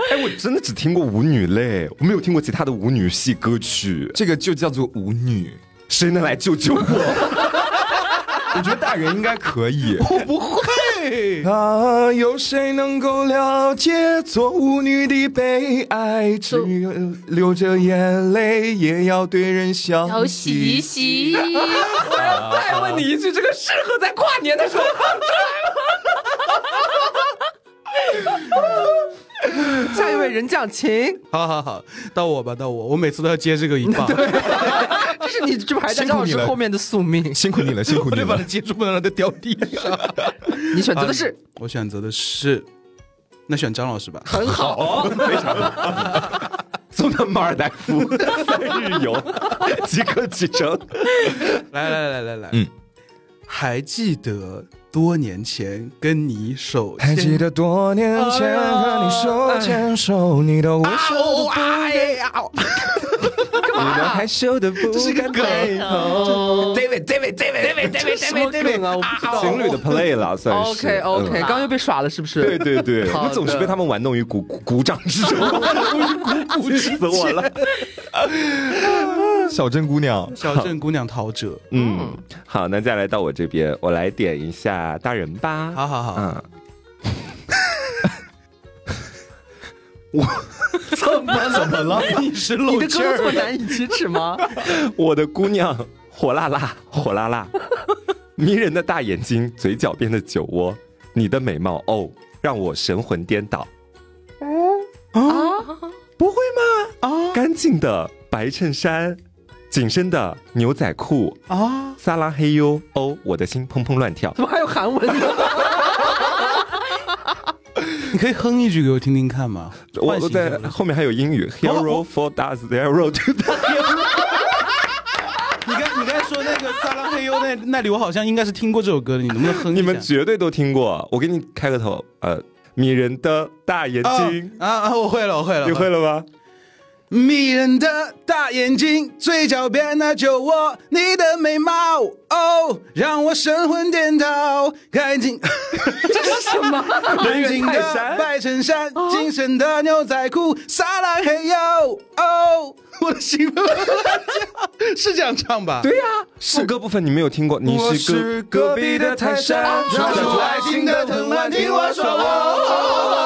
[SPEAKER 1] 哎，我真的只听过舞女嘞，我没有听过其他的舞女系歌曲，
[SPEAKER 5] 这个就叫做舞女。
[SPEAKER 1] 谁能来救救我？
[SPEAKER 7] 我觉得大人应该可 *laughs* 以。。
[SPEAKER 3] 我不会
[SPEAKER 7] 啊，有谁能够了解做舞女的悲哀？只有流着眼泪，也要对人
[SPEAKER 4] 好
[SPEAKER 7] 笑
[SPEAKER 4] 洗一。洗，
[SPEAKER 2] 再问你一句，这个适合在跨年的时候放出来吗？下一位任降琴，
[SPEAKER 3] 好好好，到我吧，到我，我每次都要接这个 *laughs* 一棒，
[SPEAKER 2] 这是你这排在
[SPEAKER 7] 辛苦
[SPEAKER 2] 张老
[SPEAKER 7] 你
[SPEAKER 2] 师
[SPEAKER 7] 了
[SPEAKER 2] 后面的宿命。
[SPEAKER 7] 辛苦你了，辛苦
[SPEAKER 3] 我
[SPEAKER 7] 你
[SPEAKER 3] 得把它
[SPEAKER 7] 了。
[SPEAKER 3] 接住，不能让它掉地上。
[SPEAKER 2] 你选择的是
[SPEAKER 3] 啊 *laughs* 我选择的是，那选张老师吧。
[SPEAKER 2] 很好，
[SPEAKER 1] 送到马尔代夫 *laughs* 三日游，即刻启程。
[SPEAKER 3] 来来来来来，
[SPEAKER 7] 嗯，
[SPEAKER 3] 还记得多年前跟你手
[SPEAKER 7] 还记
[SPEAKER 3] 牵
[SPEAKER 7] 得多年前和你手牵手，你的微笑的不
[SPEAKER 1] 你们害羞的不
[SPEAKER 3] 是个
[SPEAKER 1] 敢
[SPEAKER 3] 梗
[SPEAKER 1] ，David David David David David David David 啊，情侣的 play 了，算是。
[SPEAKER 2] OK OK，
[SPEAKER 1] 嗯
[SPEAKER 2] 刚刚又被耍了是不是？
[SPEAKER 1] 对对对，
[SPEAKER 2] 好
[SPEAKER 1] 我总是
[SPEAKER 2] 的
[SPEAKER 1] 被他们玩弄于鼓鼓鼓掌之中，鼓鼓气死我了。
[SPEAKER 7] 小镇姑娘，
[SPEAKER 3] 小镇姑娘陶喆。
[SPEAKER 1] 嗯，好，那再来到我这边，我来点一下大人吧。
[SPEAKER 3] 好好好， *laughs*
[SPEAKER 1] 嗯，
[SPEAKER 7] 怎么了？
[SPEAKER 3] *laughs* 你是
[SPEAKER 2] 你
[SPEAKER 3] 露
[SPEAKER 2] 的
[SPEAKER 3] 馅
[SPEAKER 2] 歌这么
[SPEAKER 3] 儿，
[SPEAKER 2] 难以启齿吗？ *laughs*
[SPEAKER 1] 我的姑娘， *laughs* 火辣辣，火辣辣，迷人的大眼睛，嘴角边的酒窝，你的美貌哦，让我神魂颠倒。啊不会吗？啊，干净的白衬衫，紧身的牛仔裤啊，撒拉嘿哟哦，我的心砰砰乱跳。
[SPEAKER 2] 怎么还有韩文 *laughs* 呢？
[SPEAKER 3] 你可以哼一句给我听听看吗？
[SPEAKER 1] 我
[SPEAKER 3] 唤
[SPEAKER 1] 我
[SPEAKER 3] 醒一下
[SPEAKER 1] 在后面还有英语，Hero for does zero to the
[SPEAKER 3] 你刚你刚才说那个萨拉嘿哟那那里，我好像应该是听过这首歌的，你能不能哼一下？
[SPEAKER 1] 你们绝对都听过。我给你开个头，呃，迷人的大眼
[SPEAKER 3] 啊
[SPEAKER 1] 睛，
[SPEAKER 3] 啊啊！我会了，我会了，
[SPEAKER 1] 你
[SPEAKER 3] 我
[SPEAKER 1] 会了吗？
[SPEAKER 3] 迷人的大眼睛，嘴角边的酒窝，你的美貌哦，让我神魂颠倒。干净，
[SPEAKER 2] *laughs* 这是什么？
[SPEAKER 3] 干净
[SPEAKER 1] 泰山
[SPEAKER 3] 的白衬衫，紧身哦的牛仔裤，撒拉嘿哟哦，我的心 *laughs* 是这样唱吧？对呀、
[SPEAKER 1] 副歌部分你没有听过，你
[SPEAKER 7] 我
[SPEAKER 1] 是
[SPEAKER 7] 是
[SPEAKER 1] 隔
[SPEAKER 7] 隔壁的泰山，装
[SPEAKER 1] 穿着
[SPEAKER 7] 着爱情的藤蔓，听我说哦。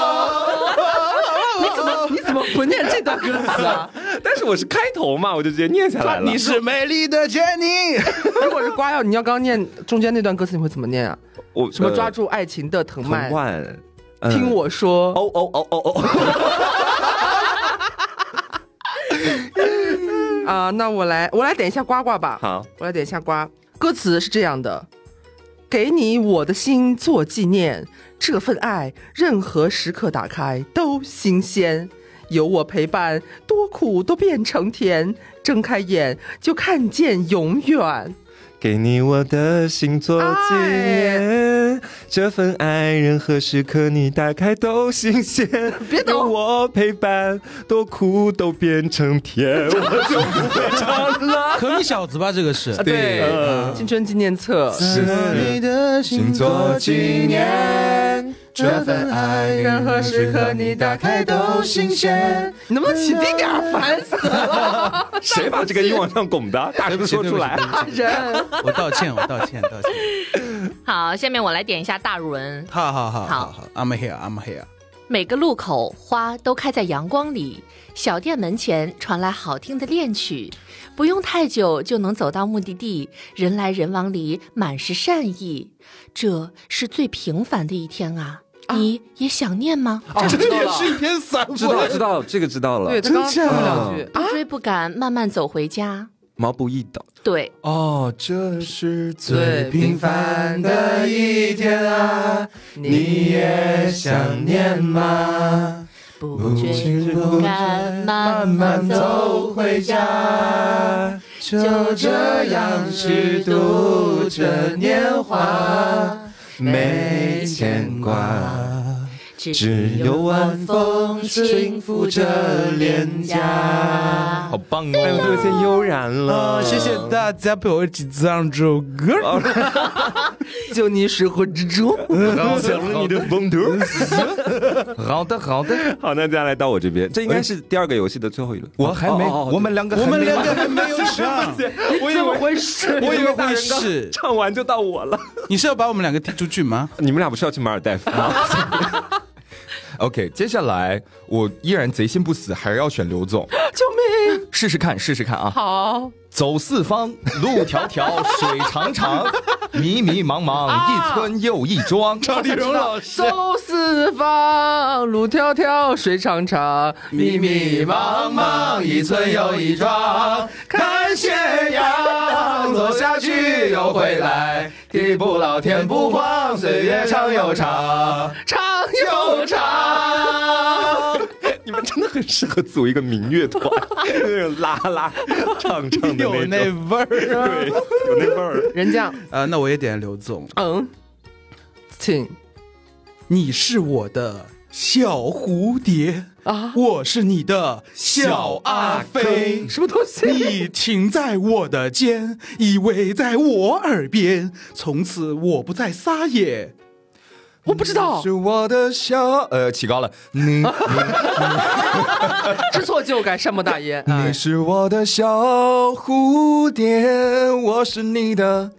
[SPEAKER 2] 你怎么你怎么不念这段歌词啊？
[SPEAKER 1] 但是我是开头嘛，我就直接念下来了。
[SPEAKER 3] 你是美丽的杰尼，
[SPEAKER 2] *laughs* 如果是瓜要你要刚刚念中间那段歌词，你会怎么念啊？
[SPEAKER 1] 我
[SPEAKER 2] 什么抓住爱情的
[SPEAKER 1] 呃
[SPEAKER 2] 藤
[SPEAKER 1] 藤
[SPEAKER 2] 蔓？
[SPEAKER 1] 蔓？呃嗯
[SPEAKER 2] 听我说，
[SPEAKER 1] 哦哦哦哦哦，
[SPEAKER 2] 啊、那我来，我来点一下呱呱吧。
[SPEAKER 1] 好，
[SPEAKER 2] 我来点一下呱。歌词是这样的：给你我的心做纪念，这份爱任何时刻打开都新鲜。有我陪伴，多苦都变成甜。睁开眼就看见永远。
[SPEAKER 1] 给你我的心做纪念，这份爱任何时刻你打开都新 *laughs* 鲜。
[SPEAKER 2] 别
[SPEAKER 1] 有
[SPEAKER 2] 抖
[SPEAKER 1] 我陪伴，多苦都变成甜。我就不会唱 *laughs* 了。
[SPEAKER 3] 可你小子吧？这个是
[SPEAKER 2] 啊，对，
[SPEAKER 1] 呃
[SPEAKER 2] 青春纪念册。
[SPEAKER 7] 是
[SPEAKER 3] 的
[SPEAKER 7] 星座纪念，这份爱
[SPEAKER 2] 任何时刻你打开都新鲜。你能不能起低点儿？烦死了！
[SPEAKER 1] 呃谁把这个音往上拱的？大声说出 *laughs* 来。
[SPEAKER 2] 人，
[SPEAKER 3] 我道歉，我道歉，道歉。
[SPEAKER 4] 好，下面我来点一下大伦。
[SPEAKER 3] 好好好
[SPEAKER 4] 好
[SPEAKER 3] 好，I'm here，I'm here。
[SPEAKER 4] 每个路口花都开在阳光里，小店门前传来好听的恋曲，不用太久就能走到目的地。人来人往里满是善意，这是最平凡的一天啊！你也想念吗？
[SPEAKER 2] 哦，知道了，
[SPEAKER 3] 一篇散
[SPEAKER 1] 知道知道，这个知道了。
[SPEAKER 2] 对，他刚刚说
[SPEAKER 3] 真
[SPEAKER 2] 了
[SPEAKER 3] 假
[SPEAKER 2] 两句。
[SPEAKER 4] 不追不赶，慢慢走回家。
[SPEAKER 1] 毛不易的，
[SPEAKER 4] 对，
[SPEAKER 7] 哦，这是
[SPEAKER 2] 最平
[SPEAKER 7] 凡的一天啊，
[SPEAKER 2] 你
[SPEAKER 7] 也想念吗？
[SPEAKER 4] 不追不赶，慢慢走回家。，
[SPEAKER 7] 就
[SPEAKER 4] 这样虚度
[SPEAKER 7] 着
[SPEAKER 4] 年华，
[SPEAKER 7] 没牵挂。
[SPEAKER 4] 只有晚风轻拂着脸颊。
[SPEAKER 7] 好棒哦
[SPEAKER 1] 哎呦，都有些
[SPEAKER 3] 哦
[SPEAKER 1] 悠然了。
[SPEAKER 3] 谢谢大家陪我一起唱这首歌。
[SPEAKER 2] 就你适合这种。
[SPEAKER 1] 想了你的风头。
[SPEAKER 7] 好的，好的，
[SPEAKER 1] *laughs* 好，那接下来到我这边，这应该是第二个游戏的最后一轮。
[SPEAKER 7] 我还没，我们两个，哦我们两个还没有
[SPEAKER 3] 上，
[SPEAKER 1] 我以为会是，我以为大人刚
[SPEAKER 3] 你怎么回事
[SPEAKER 1] 唱完就到我了。
[SPEAKER 3] 你是要把我们两个踢出
[SPEAKER 7] *laughs*
[SPEAKER 3] 去吗？
[SPEAKER 1] *laughs* 你们俩不是要去马尔代夫吗？
[SPEAKER 7] OK，接下来我依然贼心不死，还是要选刘总，
[SPEAKER 2] 救命！
[SPEAKER 7] 试试看，试试看啊！
[SPEAKER 2] 好，
[SPEAKER 7] 走四方，路迢 *laughs* 迢，水长长，迷迷茫茫，一村又一庄。啊赵丽蓉老师
[SPEAKER 2] 走四方，路迢迢，水长长，
[SPEAKER 5] 迷迷茫茫，一村又一庄，看斜阳，走下去又回来，地不老天不荒，岁月长又长
[SPEAKER 2] 长
[SPEAKER 5] 又
[SPEAKER 2] 又
[SPEAKER 5] 长。
[SPEAKER 1] 你们真的很适合组一个民乐 *laughs* 团，那种拉拉唱唱的
[SPEAKER 3] 有
[SPEAKER 1] 那
[SPEAKER 3] 那
[SPEAKER 1] 种，
[SPEAKER 3] 味儿啊！
[SPEAKER 1] 对， *laughs* 有那味儿。
[SPEAKER 2] 人家，
[SPEAKER 3] 呃，那我也点刘总，
[SPEAKER 2] 嗯，请
[SPEAKER 3] 你是我的小蝴蝶啊，我是你的小阿飞。
[SPEAKER 2] 什么东西？
[SPEAKER 3] 你停在我的肩，依偎在我耳边，从此我不再撒野。
[SPEAKER 2] 我不知道，
[SPEAKER 7] 是我的小呃起高了，你
[SPEAKER 2] 知错就改，善莫大焉。哎
[SPEAKER 7] 你是我的小蝴蝶，我是你的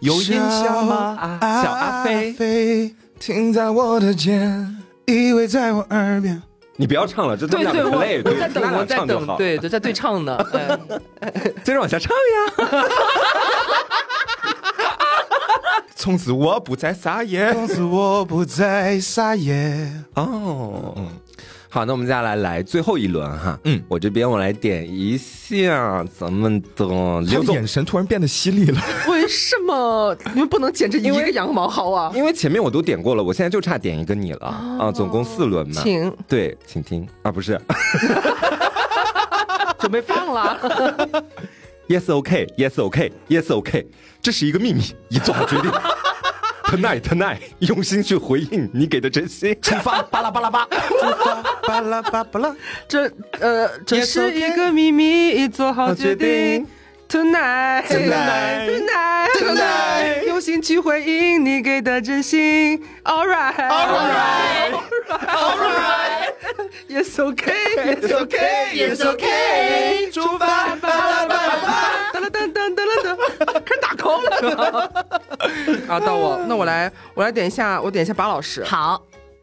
[SPEAKER 7] 有印象吗？
[SPEAKER 3] 啊
[SPEAKER 1] 小阿飞
[SPEAKER 3] 飞
[SPEAKER 7] 停在我的肩，
[SPEAKER 3] 依偎在我耳边。
[SPEAKER 1] 你不要唱了，这他
[SPEAKER 2] 对
[SPEAKER 1] 们俩
[SPEAKER 2] 对，
[SPEAKER 1] 很累，
[SPEAKER 2] 我我在
[SPEAKER 1] 他
[SPEAKER 2] 等，
[SPEAKER 1] 俩
[SPEAKER 2] 我在
[SPEAKER 1] 唱就
[SPEAKER 2] 等，
[SPEAKER 1] 好。
[SPEAKER 2] 对，对，在对唱呢。哎
[SPEAKER 1] 接着往下唱呀。
[SPEAKER 7] 从此我不再撒 *laughs* 野。
[SPEAKER 3] 从此我不再撒野。
[SPEAKER 1] 哦，好，那我们接下来来最后一轮哈。
[SPEAKER 7] 嗯
[SPEAKER 1] 我这边我来点一下咱们的
[SPEAKER 7] 他
[SPEAKER 1] 刘
[SPEAKER 7] 的
[SPEAKER 1] 总
[SPEAKER 7] 眼，神突然变得犀利了。
[SPEAKER 2] 为什么你们不能剪这一个羊毛薅啊？
[SPEAKER 1] 因为前面我都点过了，我现在就差点一个你了啊，总共四轮嘛。
[SPEAKER 2] 哦请
[SPEAKER 1] 对，请听啊，不是
[SPEAKER 2] 准备放了，
[SPEAKER 1] ，Yes OK，Yes OK，Yes OK，这是一个秘密，一做好决定。Tonight Tonight，用 *laughs* 心去回应你给的真心。
[SPEAKER 7] 出发，巴拉巴拉巴。
[SPEAKER 3] 巴拉巴巴拉，
[SPEAKER 2] 这呃，这
[SPEAKER 3] Yes,
[SPEAKER 2] 是
[SPEAKER 3] okay
[SPEAKER 2] 一个秘密，已做好决定。Tonight,
[SPEAKER 1] Tonight
[SPEAKER 2] tonight,
[SPEAKER 1] Tonight
[SPEAKER 2] 用心去回应你给的真心。All right, all right, all right, yes okay, yes okay,
[SPEAKER 4] Yes, okay
[SPEAKER 2] 出发，巴拉巴拉，哒啦哒哒哒啦哒，开始打 call 了。啊，到我，那我来，我来点一下，我点一下巴老师。
[SPEAKER 4] 好，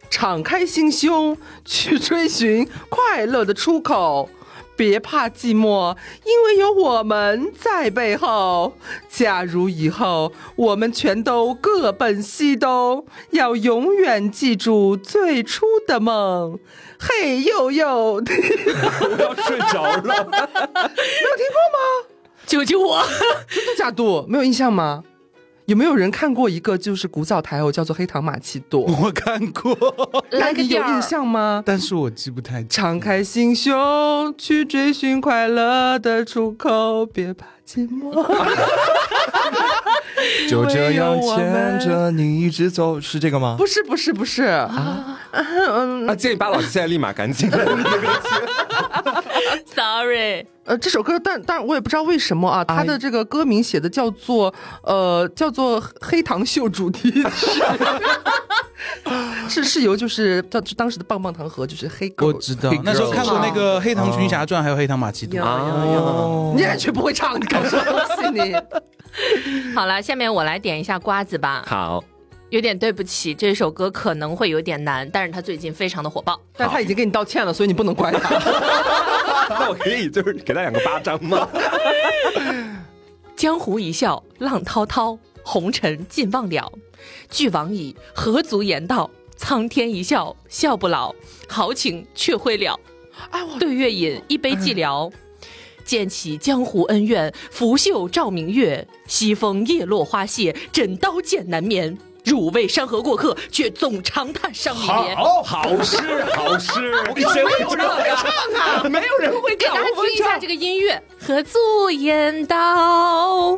[SPEAKER 2] 敞开心胸去追寻快乐的出口。别怕寂寞，因为有我们在背后。假如以后我们全都各奔西东，要永远记住最初的梦。嘿呦呦，没
[SPEAKER 1] 我要
[SPEAKER 2] 有听
[SPEAKER 1] 睡着了。
[SPEAKER 2] 过吗？
[SPEAKER 4] 救救我！ *laughs*
[SPEAKER 2] 真的假的？没有印象吗？有没有人看过一个就是古早台偶叫做《黑糖玛奇朵》？
[SPEAKER 3] 我看过，
[SPEAKER 2] 那
[SPEAKER 4] 来个
[SPEAKER 2] 你有
[SPEAKER 4] 调儿
[SPEAKER 2] 印象吗？
[SPEAKER 3] 但是我记不太清。
[SPEAKER 2] 敞开心胸去追寻快乐的出口，别怕寂寞。
[SPEAKER 7] 就这样牵着你一直走，是这个吗？
[SPEAKER 2] 不是不是不是呃啊，
[SPEAKER 1] 啊，建议巴老师现在立马赶紧来。
[SPEAKER 4] Sorry，
[SPEAKER 2] 呃，这首歌，但但我也不知道为什么啊，它的这个歌名写的叫做呃叫做黑糖秀主题曲。是是由就是当当时的棒棒糖盒就是黑狗，
[SPEAKER 3] 我知道
[SPEAKER 1] 黑，girl
[SPEAKER 3] 那时候看过那个《黑糖群侠传》，还有《黑糖玛奇朵
[SPEAKER 2] 呀》。呀呀！
[SPEAKER 3] 哦
[SPEAKER 2] 你还却不会唱，你搞 *laughs* 什么东西你？
[SPEAKER 4] 好了，下面我来点一下瓜子吧。
[SPEAKER 1] *laughs* 好，
[SPEAKER 4] 有点对不起，这首歌可能会有点难，但是它最近非常的火爆。
[SPEAKER 2] 但他已经给你道歉了，所以你不能怪他。
[SPEAKER 1] 那我可以就是给他两个巴掌吗？
[SPEAKER 4] 江湖一笑，浪滔滔，红尘尽忘了。俱往矣，何足言道？苍天一笑，笑不老。豪情却会了，
[SPEAKER 2] 哎，我
[SPEAKER 4] 对月饮一杯寂寥。剑起江湖恩怨，拂袖照明月。西风夜落花谢，枕刀剑难眠。汝为山河过客，却总长叹伤离别。
[SPEAKER 1] 好诗，好诗。
[SPEAKER 4] 没有人会唱啊， *laughs* 没有人会给大家听一下这个音乐。何足言道，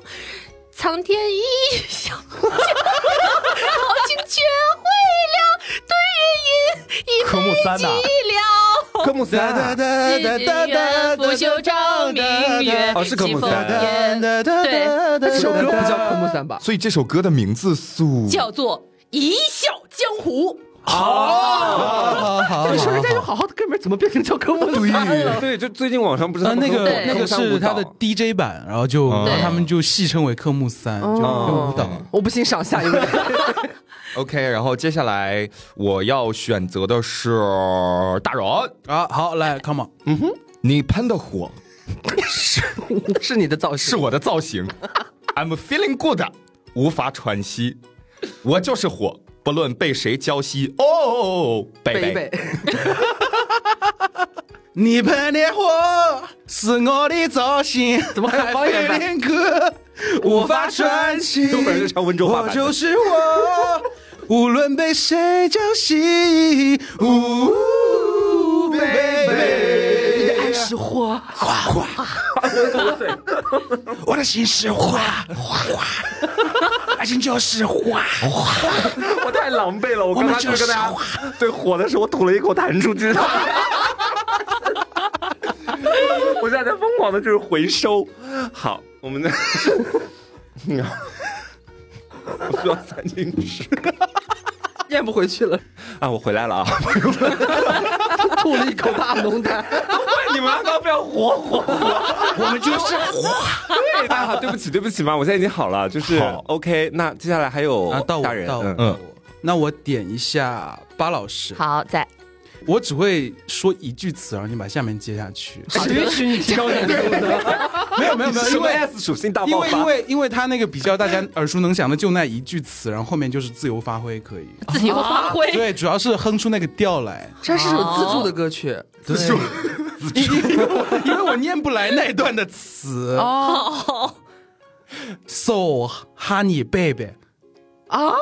[SPEAKER 4] 苍天一笑，豪情却会了，对月吟一
[SPEAKER 7] 科目三呐
[SPEAKER 4] 寂寥。
[SPEAKER 1] 科目三啊、
[SPEAKER 4] 拂袖照明月，
[SPEAKER 1] 哦是科目三
[SPEAKER 4] 西风夜对，
[SPEAKER 2] 那这首歌不叫科目三吧？
[SPEAKER 7] 所以这首歌的名
[SPEAKER 3] *laughs*
[SPEAKER 7] 字素
[SPEAKER 4] 叫做一笑江湖。
[SPEAKER 3] 好好
[SPEAKER 2] *laughs* 你说人家有好好的歌名，怎么变成叫科目三了？
[SPEAKER 1] 对，就最近网上不是
[SPEAKER 3] 呃，
[SPEAKER 1] 他们
[SPEAKER 3] 那
[SPEAKER 1] 都
[SPEAKER 3] 个
[SPEAKER 1] 有
[SPEAKER 4] 对
[SPEAKER 3] 那个
[SPEAKER 1] 科目三
[SPEAKER 3] 是
[SPEAKER 1] 舞蹈
[SPEAKER 3] 他的 DJ 版，然后就
[SPEAKER 7] 对
[SPEAKER 3] 他们就戏称为科目三，就用舞蹈。
[SPEAKER 2] 我不欣赏下一位，
[SPEAKER 7] OK，然后接下来我要选择的是大人，
[SPEAKER 3] 啊，好，来，come on，
[SPEAKER 7] 你喷的火
[SPEAKER 2] *laughs* 是你的造
[SPEAKER 7] 是
[SPEAKER 2] 型。
[SPEAKER 7] 我的造型，I'm feeling good，无法喘息，我就是火，不论被谁浇熄，哦，
[SPEAKER 2] 北
[SPEAKER 7] 贝
[SPEAKER 2] 北
[SPEAKER 7] 贝，，
[SPEAKER 3] 你喷的火是我的造型，怎
[SPEAKER 2] 么还有方言版
[SPEAKER 3] 点歌无法喘息？
[SPEAKER 1] 根本是唱温州话
[SPEAKER 3] 我
[SPEAKER 1] 版的
[SPEAKER 3] 就是我，无论被谁叫醒，呜，baby
[SPEAKER 2] 你的爱是火，
[SPEAKER 3] 我的心是花花花，爱情就是花花。
[SPEAKER 1] *laughs* 我太狼狈了，我刚才就跟大家对火的时候，我吐了一 *laughs* 口痰出去。我现在在疯狂的就是回收。好，我们的， *laughs* 我需要三斤水
[SPEAKER 2] *laughs* 咽不回去了，
[SPEAKER 1] 啊！我回来了啊！
[SPEAKER 2] 吐了一口大浓 *laughs* 痰。
[SPEAKER 1] 你们刚刚不要火火火，我们就是火。对的，好，对不起，对不起嘛，我现在已经好了，就是
[SPEAKER 7] 好
[SPEAKER 1] OK。那接下来还有
[SPEAKER 3] 啊，到我
[SPEAKER 1] 大人，
[SPEAKER 3] 到我
[SPEAKER 1] 嗯
[SPEAKER 7] 嗯
[SPEAKER 3] 那我点一下巴老师，
[SPEAKER 4] 好，在
[SPEAKER 3] 我只会说一句词，然后你把下面接下去。
[SPEAKER 2] 允许你挑你的？
[SPEAKER 3] 没有没有没有，
[SPEAKER 1] 什
[SPEAKER 3] 因
[SPEAKER 1] 么
[SPEAKER 3] 为
[SPEAKER 1] S 属性大
[SPEAKER 3] 因
[SPEAKER 1] 爆
[SPEAKER 3] 为因
[SPEAKER 1] 发？
[SPEAKER 3] 为因为他那个比较大家耳熟能详的就那一句词，然后后面就是自由发挥可以。
[SPEAKER 4] 自由发
[SPEAKER 3] *laughs*
[SPEAKER 4] 挥，
[SPEAKER 3] 对，主要是哼出那个调来，
[SPEAKER 2] 这是首自助的歌曲
[SPEAKER 3] 自助，因因为我因为我念不来那一段的词。
[SPEAKER 2] 哦
[SPEAKER 3] So honey baby，
[SPEAKER 2] 啊！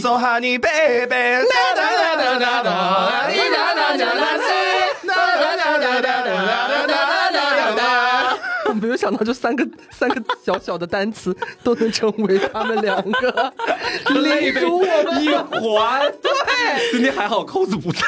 [SPEAKER 7] 走哈你贝贝，哒哒哒哒哒哒，
[SPEAKER 4] 哒哒哒哒哒
[SPEAKER 2] 我没有想到，就三个三个小小的单词都能成为他们两 *laughs* 个，领主我们
[SPEAKER 1] 一环，对，今天还好扣子不在，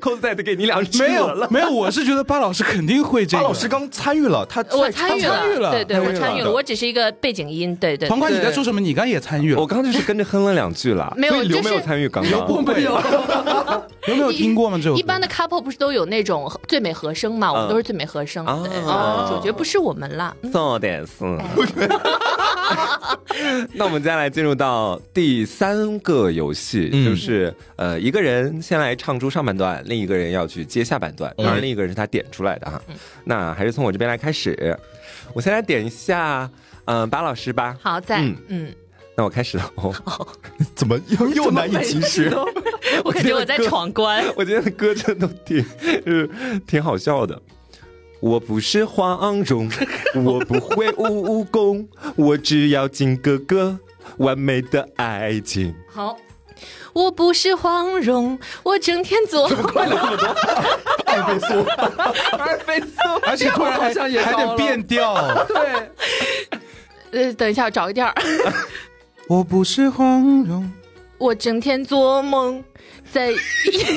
[SPEAKER 1] 扣子在得给你俩
[SPEAKER 3] 没
[SPEAKER 1] 扯
[SPEAKER 3] 有
[SPEAKER 1] 了。
[SPEAKER 3] 没有，我是觉得巴老师肯定会这
[SPEAKER 7] 巴
[SPEAKER 3] 个。
[SPEAKER 7] 老师刚参与了，他
[SPEAKER 4] 我
[SPEAKER 7] 在
[SPEAKER 4] 参与
[SPEAKER 3] 他参与了
[SPEAKER 4] 了，对对，
[SPEAKER 3] 参与
[SPEAKER 4] 我
[SPEAKER 3] 了
[SPEAKER 4] 参与了，我只是一个背景音，对对。
[SPEAKER 3] 黄瓜，你在说什么？你刚也参与了
[SPEAKER 1] 我，刚刚就是跟着哼了两句啦，
[SPEAKER 4] 没有
[SPEAKER 1] 所以刘
[SPEAKER 4] 就是
[SPEAKER 1] 没有参与刚刚。
[SPEAKER 3] 不会，有没有听过吗？这首歌
[SPEAKER 4] 一般的 couple 不是都有那种最美和声嘛？我们
[SPEAKER 1] 嗯
[SPEAKER 4] 都是最美和声，
[SPEAKER 1] 啊
[SPEAKER 4] 对，
[SPEAKER 1] 啊
[SPEAKER 4] 哦主角不是我们啦。
[SPEAKER 1] そうです。 *laughs* 那我们接下来进入到第三个游戏，就是呃，一个人先来唱出上半段，另一个人要去接下半段，当然另一个人是他点出来的哈。那还是从我这边来开始，我先来点一下，嗯、巴老师吧。
[SPEAKER 4] 好，在
[SPEAKER 1] 嗯
[SPEAKER 4] 嗯，
[SPEAKER 1] 那我开始了哦。
[SPEAKER 7] 怎么又又难以启齿？
[SPEAKER 4] *laughs* 我感觉我在闯关。 *laughs*
[SPEAKER 1] *laughs* 我觉得歌真的都挺，就是挺好笑的。我不是黄蓉， *laughs* 我不会武功，我只要金哥哥，完美的爱情。
[SPEAKER 4] 好，我不是黄蓉，我整天 *laughs* 做
[SPEAKER 2] 二倍速，
[SPEAKER 3] 而且突然
[SPEAKER 2] 好
[SPEAKER 3] 还
[SPEAKER 2] 像也
[SPEAKER 3] 还
[SPEAKER 2] 高
[SPEAKER 3] 得
[SPEAKER 2] 了
[SPEAKER 3] 变调。
[SPEAKER 2] 对，
[SPEAKER 4] 呃，等一下，我找个调儿。 *laughs*
[SPEAKER 3] 我不是黄蓉，
[SPEAKER 4] 我整天做梦，在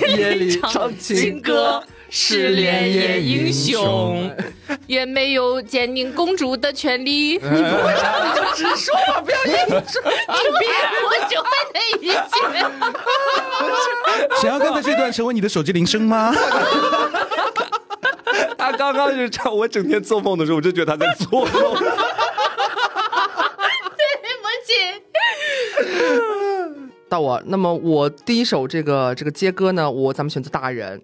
[SPEAKER 4] 夜
[SPEAKER 2] 里唱
[SPEAKER 4] 唱
[SPEAKER 2] 情
[SPEAKER 4] 情
[SPEAKER 2] 歌
[SPEAKER 4] 歌，失恋也英雄，也没有见宁公主的权 *laughs* 利。你不会唱你就直说吧， *laughs* 不要硬说。你别，我只会那一句。
[SPEAKER 3] 想要刚才这段成为你的手机铃声吗？
[SPEAKER 1] 他刚刚就是唱，我整天做梦的时候，我就觉得他在做梦。
[SPEAKER 4] *laughs*
[SPEAKER 1] *laughs*
[SPEAKER 4] 对不起，
[SPEAKER 2] 到我。那么我第一首这个这个接歌呢，我咱们选择大人。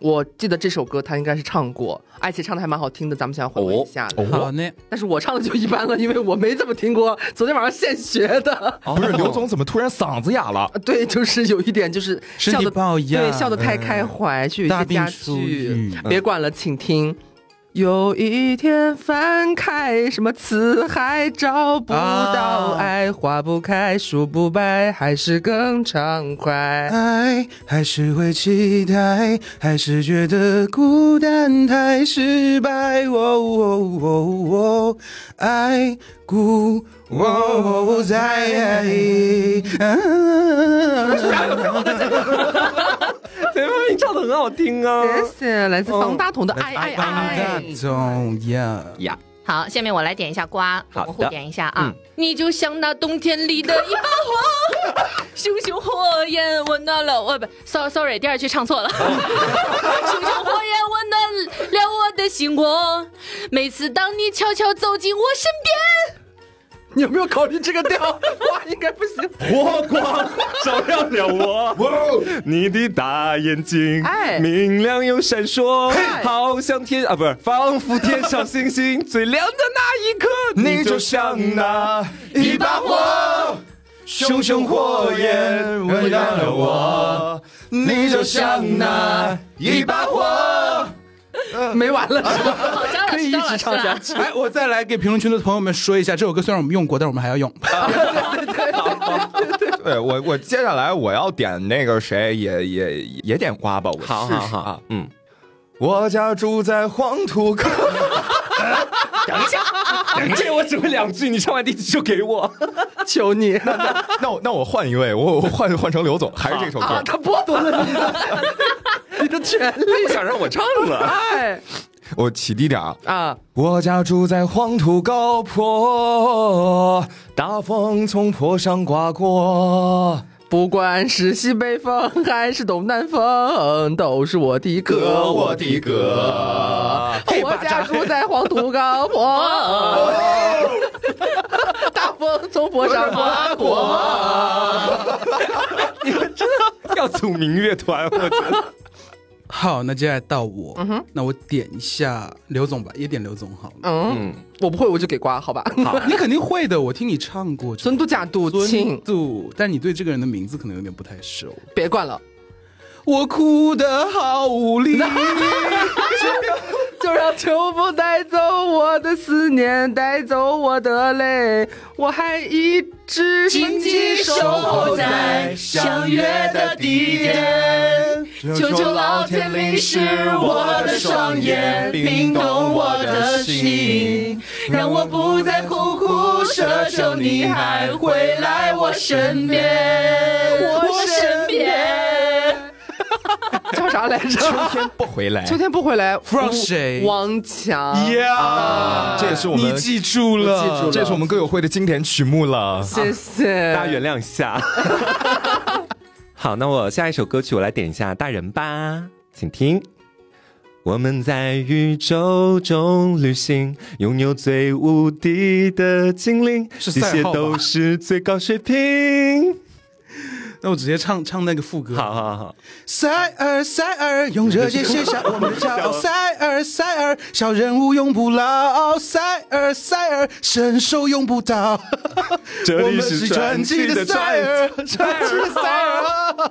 [SPEAKER 2] 我记得这首歌他应该是唱过，而且唱的还蛮好听的，咱们想回味一下的。
[SPEAKER 3] 好呢，
[SPEAKER 2] 但是我唱的就一般了，因为我没怎么听过，昨天晚上现学的。 *laughs*
[SPEAKER 5] 哦
[SPEAKER 7] 不
[SPEAKER 3] *laughs*
[SPEAKER 7] 是刘总怎么突然嗓子哑了？
[SPEAKER 2] 对，就是有一点就是
[SPEAKER 3] 身
[SPEAKER 2] 笑
[SPEAKER 3] 体
[SPEAKER 2] 的
[SPEAKER 3] 不好呀
[SPEAKER 2] 对，笑得太开怀，就有一
[SPEAKER 3] 大
[SPEAKER 2] 些
[SPEAKER 3] 病
[SPEAKER 2] 佳
[SPEAKER 3] 初
[SPEAKER 2] 句
[SPEAKER 3] 愈，嗯
[SPEAKER 2] 别管了，请听。有一天翻开什么词海找不到
[SPEAKER 3] 啊
[SPEAKER 2] 爱，花不开，树不白，还是更畅快。
[SPEAKER 3] 爱还是会期待，还是觉得孤单太失败。哦哦哦哦，爱孤我在。
[SPEAKER 2] 对吧？你唱的
[SPEAKER 1] 很好听啊。
[SPEAKER 2] 谢谢，来自方大同的爱爱
[SPEAKER 3] 那
[SPEAKER 2] 爱。
[SPEAKER 3] 种呀，
[SPEAKER 1] 呀，
[SPEAKER 4] 好，下面我来点一下瓜，我
[SPEAKER 1] 好的
[SPEAKER 4] 们互点一下啊。
[SPEAKER 1] 嗯
[SPEAKER 4] 你就像那冬天里的一把火， *laughs* 熊熊火焰温暖了哦我，不，sorry sorry，第二句唱错了。 *laughs* 熊熊火焰温暖了我的心窝，每次当你悄悄走进我身边，
[SPEAKER 2] 你有没有考虑这个调？哇，应该不行。 *laughs*
[SPEAKER 1] 火光照亮了我，你的大眼睛
[SPEAKER 2] 哎
[SPEAKER 1] 明亮又闪烁，
[SPEAKER 2] 嘿
[SPEAKER 1] 好像天啊，不是，仿佛天上星星 *laughs* 最亮的那一刻。
[SPEAKER 5] 你就像那一把火，熊熊火焰温暖了我。你就像那一把火，
[SPEAKER 2] 没完了，是吧？
[SPEAKER 4] 好像
[SPEAKER 3] 可以一直唱下去。
[SPEAKER 4] 去。
[SPEAKER 3] 哎，我再来给评论区的朋友们说一下，这首歌虽然我们用过，但是我们还要用。
[SPEAKER 5] 对我我接下来我要点那个谁也也也点瓜吧，我试试
[SPEAKER 1] 好好
[SPEAKER 5] 啊
[SPEAKER 1] 好，。嗯，
[SPEAKER 5] 我家住在黄土高，
[SPEAKER 1] 这我只会两句，你唱完第一句就给 *laughs* 我。
[SPEAKER 2] 求你，
[SPEAKER 5] *laughs* 那我那我换一位，我我换换成刘总，还是这首歌。
[SPEAKER 2] 他剥夺了你的你的权利。
[SPEAKER 1] 不想让我唱了。
[SPEAKER 2] *laughs* 哎
[SPEAKER 5] 我起低点啊，
[SPEAKER 2] 啊，
[SPEAKER 5] 我家住在黄土高坡，大风从坡上刮过。
[SPEAKER 2] 不管是西北风还是东南风，都是我的歌。
[SPEAKER 5] 我的歌，
[SPEAKER 2] 我家住在黄土高坡， *laughs* 大风从坡上刮过。
[SPEAKER 1] 你们真的 *laughs* 要组民乐团， *laughs* 我觉得。
[SPEAKER 3] 好，那接下来到我，那我点一下刘总吧，也点刘总好了。
[SPEAKER 2] 嗯，
[SPEAKER 1] 嗯，
[SPEAKER 2] 我不会，我就给刮，好吧？
[SPEAKER 3] *laughs* 你肯定会的，我听你唱过。
[SPEAKER 2] *laughs* 尊嘟假嘟
[SPEAKER 3] 尊
[SPEAKER 2] 亲，
[SPEAKER 3] 度，但你对这个人的名字可能有点不太熟。
[SPEAKER 2] 别灌了，
[SPEAKER 3] 我哭得好无
[SPEAKER 4] *laughs*
[SPEAKER 3] 力，
[SPEAKER 2] 就让秋风带走我的思念，带走我的泪，我还一直
[SPEAKER 4] 紧紧守候在相约的地点，求求老天淋湿我的双眼，冰冻我的心，让我不再苦苦奢求你还会来我身边，我身边。
[SPEAKER 2] 叫啥来着？
[SPEAKER 5] 天不回来
[SPEAKER 2] 秋天不回来，
[SPEAKER 3] 不知道谁
[SPEAKER 2] 王强。啊
[SPEAKER 5] 呀，这也是我们
[SPEAKER 3] 你记住了，
[SPEAKER 2] 我记住了
[SPEAKER 5] 这也是我们歌友会的经典曲目了。
[SPEAKER 2] 谢谢，
[SPEAKER 5] 啊
[SPEAKER 1] 大家原谅一下。 *laughs* 好，那我下一首歌曲我来点一下《大人吧》，请听。我们在宇宙中旅行，拥有最无敌的精灵，
[SPEAKER 3] 是
[SPEAKER 1] 这
[SPEAKER 3] 赛
[SPEAKER 1] 些
[SPEAKER 3] 后吧
[SPEAKER 1] 都是最高水平。
[SPEAKER 3] 那我直接唱唱那个副歌。
[SPEAKER 1] 好好好，
[SPEAKER 3] 塞尔，塞尔，用热血写下我们的骄
[SPEAKER 1] *laughs*
[SPEAKER 3] 傲。塞尔，塞尔，小人物永不老。塞尔，塞尔，神兽永不倒。
[SPEAKER 1] *laughs* 这
[SPEAKER 3] 我
[SPEAKER 1] 里
[SPEAKER 3] 们
[SPEAKER 1] 是
[SPEAKER 3] 是
[SPEAKER 1] 传
[SPEAKER 3] 传
[SPEAKER 1] 奇
[SPEAKER 3] 奇
[SPEAKER 1] 的
[SPEAKER 3] 的
[SPEAKER 1] 塞
[SPEAKER 3] 塞
[SPEAKER 1] 尔
[SPEAKER 3] 尔，传奇的塞尔。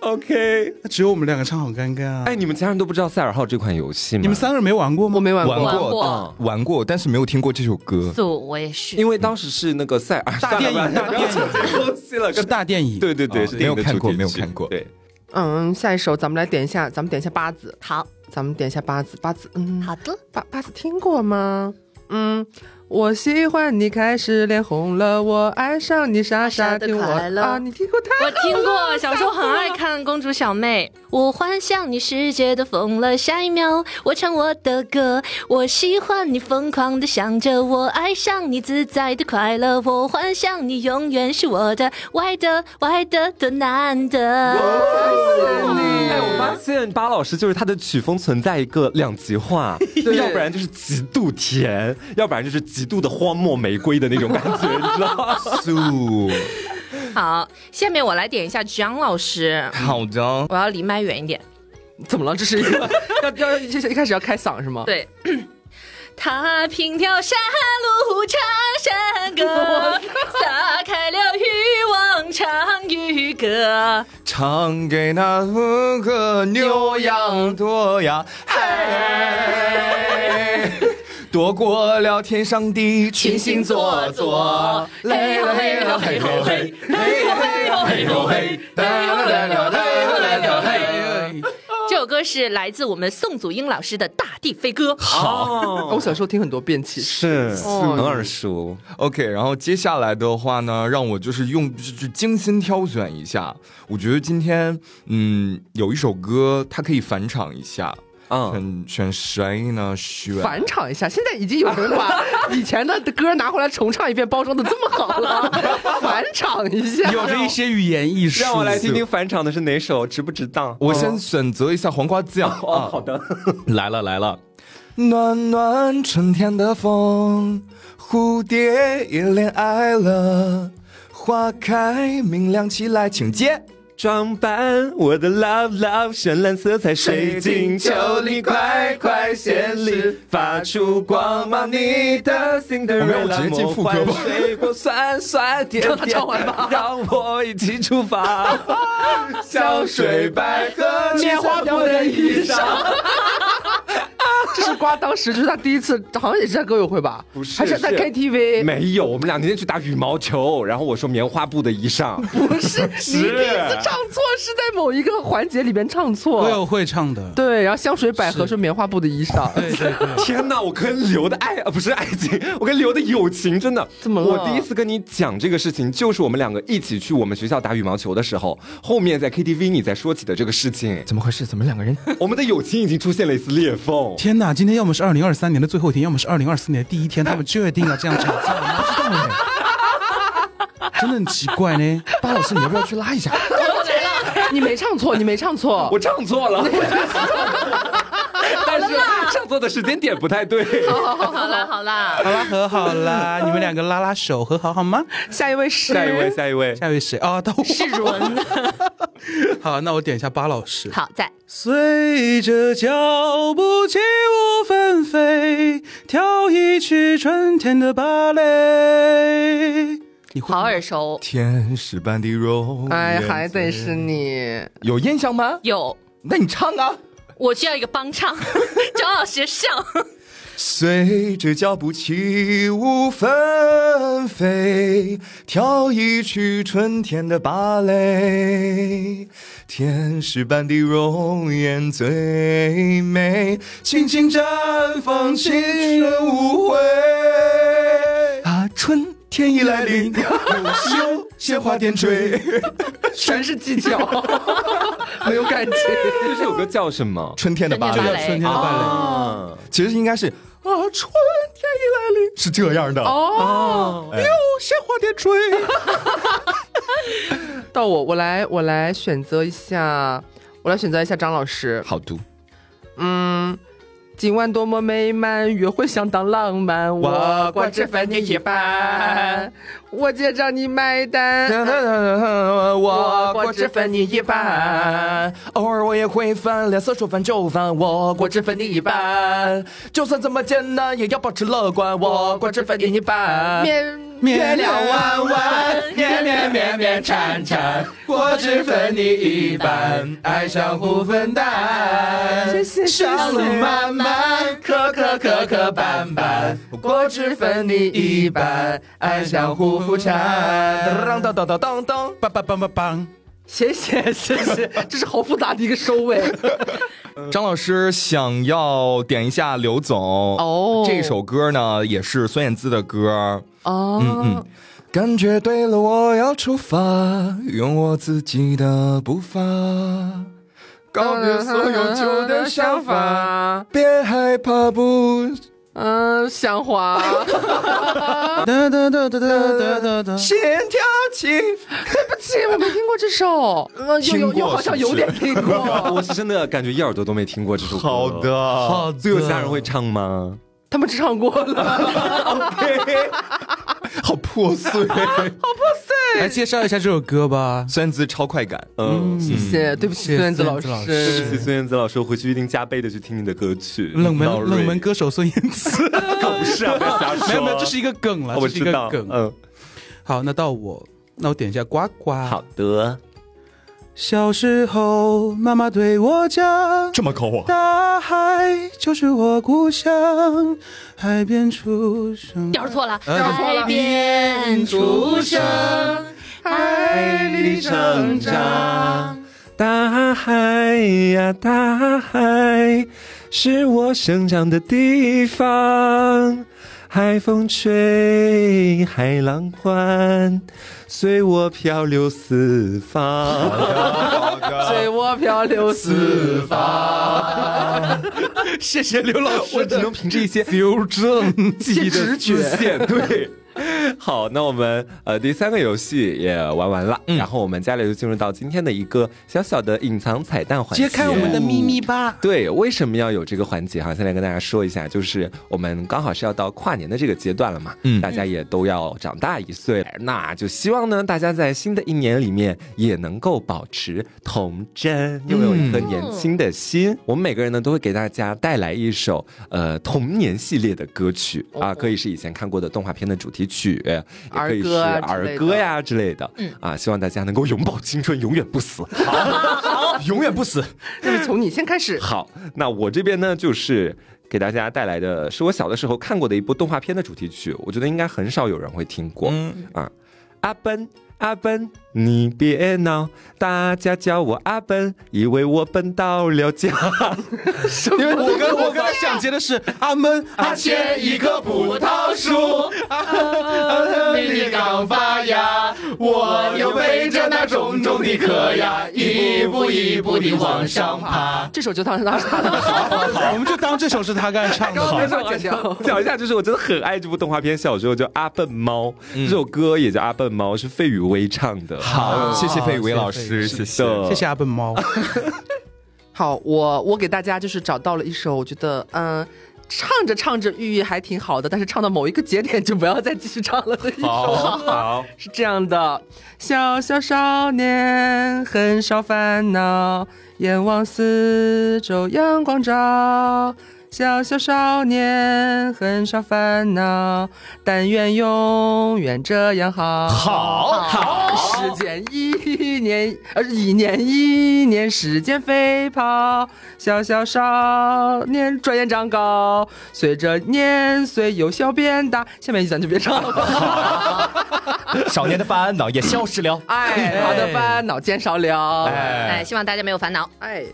[SPEAKER 1] OK。
[SPEAKER 3] 只有我们两个唱，好尴尬。
[SPEAKER 1] *laughs* 哎，，你们家人都不知道《赛尔号》这款游戏吗？
[SPEAKER 3] 你们三个人没玩过吗？
[SPEAKER 2] 我没玩
[SPEAKER 5] 玩
[SPEAKER 2] 过。
[SPEAKER 4] 玩过
[SPEAKER 5] 过，玩过，但是没有听过这首歌。
[SPEAKER 4] 素我也是
[SPEAKER 1] 因为当时是那个赛尔
[SPEAKER 3] 大电影
[SPEAKER 1] *laughs* 算了吧不
[SPEAKER 3] 大
[SPEAKER 1] 要
[SPEAKER 3] 电影
[SPEAKER 1] 讲这个东西了，
[SPEAKER 3] 是
[SPEAKER 1] 跟
[SPEAKER 3] 大电影。
[SPEAKER 1] 对对对，
[SPEAKER 5] 哦
[SPEAKER 1] 是
[SPEAKER 5] 没有
[SPEAKER 1] 电影的
[SPEAKER 5] 看
[SPEAKER 1] 主
[SPEAKER 5] 过
[SPEAKER 1] 题
[SPEAKER 5] 没有
[SPEAKER 1] 曲
[SPEAKER 5] 看过
[SPEAKER 1] 对，
[SPEAKER 2] 嗯，下一首咱们来点一下，咱们点一下八字，
[SPEAKER 4] 好
[SPEAKER 2] 咱们点一下八字，八字，嗯，
[SPEAKER 4] 好的，
[SPEAKER 2] 八八字听过吗？嗯，我喜欢你，开始脸红了，我爱上你，傻傻听
[SPEAKER 4] 傻傻地快
[SPEAKER 2] 我
[SPEAKER 4] 乐
[SPEAKER 2] 啊，你听过他？
[SPEAKER 4] 我听过，小时候很爱看《公主小妹》。我幻想你世界都疯了，下一秒我唱我的歌。我喜欢你疯狂的想着我，爱上你自在的快乐。我幻想你永远是我的，我爱的我爱的多难得。
[SPEAKER 1] 哎，我发现巴老师就是他的曲风存在一个两极 *laughs* 化，要不然就是极度甜，要不然就是极度的荒漠玫瑰的那种感 *laughs* 觉，你知道吗？
[SPEAKER 5] 素，
[SPEAKER 4] 好，下面我来点一下姜老师，
[SPEAKER 5] 好的，
[SPEAKER 4] 我要离麦远一点。
[SPEAKER 2] *laughs* 怎么了？这是一个要要这是一开始要开嗓是吗？
[SPEAKER 4] 对。 *clears throat* 他平跳山路唱山 *laughs* 歌，撒开了欲望唱渔歌。
[SPEAKER 5] 唱给那五个牛羊多呀，嘿，躲过了天上地，群星座座，嘞呦嘞呦嘿呦嘿，
[SPEAKER 2] 哎
[SPEAKER 5] 嘞呦嘞呦嘿呦嘿，嘞呦嘞呦嘞呦嘞呦嘿。
[SPEAKER 4] 这首歌是来自我们宋祖英老师的《大地飞歌》。
[SPEAKER 1] 哦
[SPEAKER 2] 我小时候听很多遍，其实
[SPEAKER 1] 是很耳熟。
[SPEAKER 5] OK，然后接下来的话呢，让我就是用就是精心挑选一下。我觉得今天嗯有一首歌，它可以返场一下。
[SPEAKER 1] 嗯，
[SPEAKER 5] 选选谁呢？选
[SPEAKER 2] 返场一下。现在已经有人把以前的歌拿回来重唱一遍，包装的这么
[SPEAKER 4] *laughs*
[SPEAKER 2] 好了，返场一下。
[SPEAKER 3] 有着一些语言艺术。
[SPEAKER 1] 让我来听听返场的是哪首，值不值当？哦
[SPEAKER 5] 我先选择一下黄瓜酱啊。
[SPEAKER 1] 好 *laughs* 的，
[SPEAKER 5] 来了来了。暖暖春天的风，蝴蝶也恋爱了，花开明亮起来，请接。
[SPEAKER 1] 装扮我的 love love，深蓝色彩水晶球，你快快献礼，发出光芒，你的 Cinderella
[SPEAKER 5] 我们要直接进副歌吧
[SPEAKER 1] 魔 *laughs* 幻水果酸酸甜
[SPEAKER 2] 让他
[SPEAKER 1] 甜
[SPEAKER 2] 唱完吧，
[SPEAKER 1] 让我一起出发，香水百合，
[SPEAKER 2] 棉花
[SPEAKER 1] 糖的衣裳。
[SPEAKER 2] 这是瓜当时就是他第一次，好像也是在歌友会吧？
[SPEAKER 1] 不是
[SPEAKER 2] 还是在
[SPEAKER 1] 是
[SPEAKER 2] KTV？
[SPEAKER 1] 没有，我们俩那天去打羽毛球，然后我说棉花布的衣裳，
[SPEAKER 2] 不是，你第一次唱错是在某一个环节里边唱
[SPEAKER 5] 哎
[SPEAKER 3] 歌友
[SPEAKER 2] 错。
[SPEAKER 3] 会唱的。
[SPEAKER 2] 对，然后香水百合
[SPEAKER 3] 是
[SPEAKER 2] 是棉花布的衣裳。
[SPEAKER 5] 哎
[SPEAKER 3] 对对对，
[SPEAKER 1] 天哪！我跟刘的爱啊，不是爱情，我跟刘的友情，真的
[SPEAKER 2] 怎么了
[SPEAKER 1] 我第一次跟你讲这个事情，就是我们两个一起去我们学校打羽毛球的时候，后面在 KTV 你在说起的这个事情，
[SPEAKER 5] 怎么回事？怎么两个人？
[SPEAKER 1] 我们的友情已经出现了一丝裂缝。
[SPEAKER 3] 天哪！今天要么是二零二三年的最后一天，要么是二零二四年的第
[SPEAKER 5] *laughs*
[SPEAKER 3] 一天，他们确定要这样吵架，我不知道哎，真的很奇怪呢。
[SPEAKER 5] 巴老师，你要不要去拉一下？
[SPEAKER 2] *laughs* 你没唱错，你没唱错。
[SPEAKER 1] 我唱错了， *laughs* 但是唱错的时间点不太对。
[SPEAKER 4] 好啦好啦，
[SPEAKER 3] 好啦，和好
[SPEAKER 5] *laughs*
[SPEAKER 3] 啦，你们两个拉拉手，和好好吗？
[SPEAKER 2] 下一位是
[SPEAKER 1] 下一位，下一位，
[SPEAKER 3] 下一位谁？哦，到我。
[SPEAKER 4] 是伦。
[SPEAKER 3] 好，那我点一下巴老师。
[SPEAKER 4] 好，在
[SPEAKER 3] 随着脚步起舞纷飞，跳一曲春天的芭蕾。你会
[SPEAKER 4] 好耳熟，
[SPEAKER 5] 天使般的容颜，
[SPEAKER 2] 哎，还得是你。
[SPEAKER 5] 有印象吗？
[SPEAKER 4] 有
[SPEAKER 5] 那你唱啊。
[SPEAKER 4] 我需要一个帮唱，张老师上。
[SPEAKER 5] 随着脚步起舞纷飞，跳一曲春天的芭蕾，天使般的容颜最美，轻轻绽放青春无悔。啊，春天已来临，啊有鲜花点缀。
[SPEAKER 2] 全是技
[SPEAKER 5] *laughs*
[SPEAKER 2] 巧，没有感情。
[SPEAKER 1] 这首歌叫什么？
[SPEAKER 5] 春天的芭
[SPEAKER 4] 春天的芭
[SPEAKER 5] 蕾
[SPEAKER 4] 蕾，
[SPEAKER 3] 春天的芭蕾。
[SPEAKER 1] 啊，
[SPEAKER 5] 其实应该是啊，春天已来临，是这样的。
[SPEAKER 2] 哦，
[SPEAKER 5] 哎，
[SPEAKER 3] 鲜花点缀。
[SPEAKER 2] 到我，我来，我来选择一下，我来选择一下张老师。
[SPEAKER 5] *laughs* 好毒。 *laughs*
[SPEAKER 2] 嗯，今晚多么美满，约会相当浪漫，我光吃饭你一半，我结账你买单。
[SPEAKER 5] 我
[SPEAKER 2] 我
[SPEAKER 5] *laughs*
[SPEAKER 2] 只分你一半，
[SPEAKER 5] 偶尔我也会犯，脸色说翻就翻。我
[SPEAKER 2] 我只分你一半，
[SPEAKER 5] 就算怎么艰难，也要保持乐观。
[SPEAKER 2] 我光只分你一半。面
[SPEAKER 3] 面
[SPEAKER 2] 两
[SPEAKER 5] 啊
[SPEAKER 2] 弯
[SPEAKER 5] 弯，绵绵绵绵缠缠，我只分你一半，爱上不分担。
[SPEAKER 2] 谢谢
[SPEAKER 5] 小路漫漫，磕磕磕磕绊绊，我只分你一半，爱相互扶缠。当当当当当当。
[SPEAKER 3] 梆梆梆梆梆。
[SPEAKER 2] 谢谢谢谢，这是好复杂的一个收尾。
[SPEAKER 5] 张老师想要点一下刘总
[SPEAKER 2] 哦
[SPEAKER 5] 这首歌呢也是孙燕姿的歌，
[SPEAKER 2] 哦，
[SPEAKER 5] 感觉对了，我要出发，用我自己的步伐，告别所有旧的想法，。别害怕不，
[SPEAKER 2] 嗯，香花，
[SPEAKER 3] 哒哒哒哒哒哒哒哒。
[SPEAKER 5] 心跳起，
[SPEAKER 2] 不起，我没听过这首，呃，又
[SPEAKER 5] 听
[SPEAKER 2] 又
[SPEAKER 5] 过
[SPEAKER 2] 又好像有点听过。
[SPEAKER 1] 我是真的感觉一耳朵都没听过这首歌。
[SPEAKER 5] 好，的，
[SPEAKER 3] 好
[SPEAKER 1] 所有
[SPEAKER 3] 的，
[SPEAKER 1] 其他人会唱吗？
[SPEAKER 2] *laughs* 他们只唱过了，
[SPEAKER 5] 好破碎。
[SPEAKER 3] 来哎介绍一下这首歌吧。
[SPEAKER 5] *laughs* 孙燕姿超快感，
[SPEAKER 1] 嗯，
[SPEAKER 2] 谢谢，对不
[SPEAKER 3] 谢
[SPEAKER 2] 起，
[SPEAKER 3] 谢
[SPEAKER 2] 孙燕姿老
[SPEAKER 3] 孙燕
[SPEAKER 1] 对不
[SPEAKER 3] 姿老师
[SPEAKER 2] 师。
[SPEAKER 1] 起，呃孙燕姿老师，我回去一定加倍的去听你的歌曲。
[SPEAKER 3] 冷门
[SPEAKER 5] 老瑞
[SPEAKER 3] 冷门歌手孙燕姿，
[SPEAKER 1] 可不
[SPEAKER 3] *laughs*
[SPEAKER 1] 是啊，不要瞎说。
[SPEAKER 3] 没有没有，这是一个梗了，
[SPEAKER 1] 哦我
[SPEAKER 3] 这是一
[SPEAKER 1] 知
[SPEAKER 3] 个
[SPEAKER 1] 道，
[SPEAKER 3] 梗。
[SPEAKER 1] 嗯，
[SPEAKER 3] 好，那到我，那我点一下呱呱。
[SPEAKER 1] 好，的，
[SPEAKER 3] 小时候妈妈对我讲，
[SPEAKER 5] 这么高啊！
[SPEAKER 3] 大海就是我故乡，海边出生。
[SPEAKER 4] 调错了，
[SPEAKER 3] 调
[SPEAKER 2] 错了
[SPEAKER 4] 海边出生，
[SPEAKER 2] 爱
[SPEAKER 1] 里
[SPEAKER 2] 里
[SPEAKER 1] 成
[SPEAKER 2] 成
[SPEAKER 1] 长
[SPEAKER 2] 长，
[SPEAKER 1] 大海呀，大海是我生长的地方。海风吹，海浪唤，随我漂流四方。
[SPEAKER 2] 随我漂流四方。
[SPEAKER 1] *laughs* 谢谢刘老师，我只能凭着一些 *laughs*
[SPEAKER 3] 纠正
[SPEAKER 1] 记忆的
[SPEAKER 2] 直觉
[SPEAKER 1] 自限。对， *laughs* 好，那我们呃第三个游戏也玩完了，
[SPEAKER 3] 嗯
[SPEAKER 1] 然后我们接下来就进入到今天的一个小小的隐藏彩蛋环节，
[SPEAKER 3] 揭开我们的秘密吧。
[SPEAKER 1] 对，为什么要有这个环节哈？先来跟大家说一下，就是我们刚好是要到跨年的这个阶段了嘛，
[SPEAKER 7] 嗯
[SPEAKER 1] 大家也都要长大一岁了，
[SPEAKER 2] 嗯
[SPEAKER 1] 那就希望呢，大家在新的一年里面也能够保持童真，拥有一颗年轻的心。我们每个人呢都会给大家带来一首呃童年系列的歌曲啊，可以是以前看过的动画片的主题曲，也可以
[SPEAKER 2] 哦儿
[SPEAKER 1] 是儿
[SPEAKER 2] 歌啊之类的嗯
[SPEAKER 1] 歌呀之类的，啊，希望大家能够永葆青春，永远不死。 *laughs*
[SPEAKER 7] 永远不死。
[SPEAKER 2] 那么从你先开始，
[SPEAKER 1] 好，那我这边呢，就是给大家带来的是我小的时候看过的一部动画片的主题曲，我觉得应该很少有人会听过。
[SPEAKER 7] 嗯，
[SPEAKER 1] 啊，阿笨。阿笨，你别闹，大家叫我阿笨，以为我笨到了家。 *laughs*
[SPEAKER 3] 因为我跟我刚才想接的是阿闷阿
[SPEAKER 5] 切一棵葡萄树，绿刚发芽，我又背着那重重的壳呀，一步一步地往上爬。
[SPEAKER 2] 这首就当当他的
[SPEAKER 3] 好，好我们就当这首是他刚才唱的。好，
[SPEAKER 2] 好笑。
[SPEAKER 1] 讲一下，就是我真的很爱这部动画片，小时候叫《阿笨猫》，这首歌也叫《阿笨猫》，是费宇威唱的。
[SPEAKER 7] 嗯
[SPEAKER 1] 啊
[SPEAKER 7] 好，谢谢费宇威老师，
[SPEAKER 1] 是
[SPEAKER 7] 谢
[SPEAKER 1] 的
[SPEAKER 7] 谢。
[SPEAKER 3] 谢谢阿笨猫。
[SPEAKER 2] 好，我我给大家就是找到了一首，我觉得嗯、唱着唱着寓意还挺好的，但是唱到某一个节点就不要再继续唱了的一首。
[SPEAKER 7] 好好，
[SPEAKER 2] *laughs* 是这样的：小小少年，很少烦恼，眼望四周阳光照。小小少年，很少烦恼，但愿永远这样好。好，好，时间一年，呃，一年一年，时间飞跑。小小少年，转眼长高，随着年岁由小变大。下面一句咱就别唱了吧。
[SPEAKER 7] 少年的烦恼也消失了。
[SPEAKER 2] 哎，好的烦恼减少了。
[SPEAKER 7] 哎
[SPEAKER 4] 哎，，希望大家没有烦恼。
[SPEAKER 2] 哎，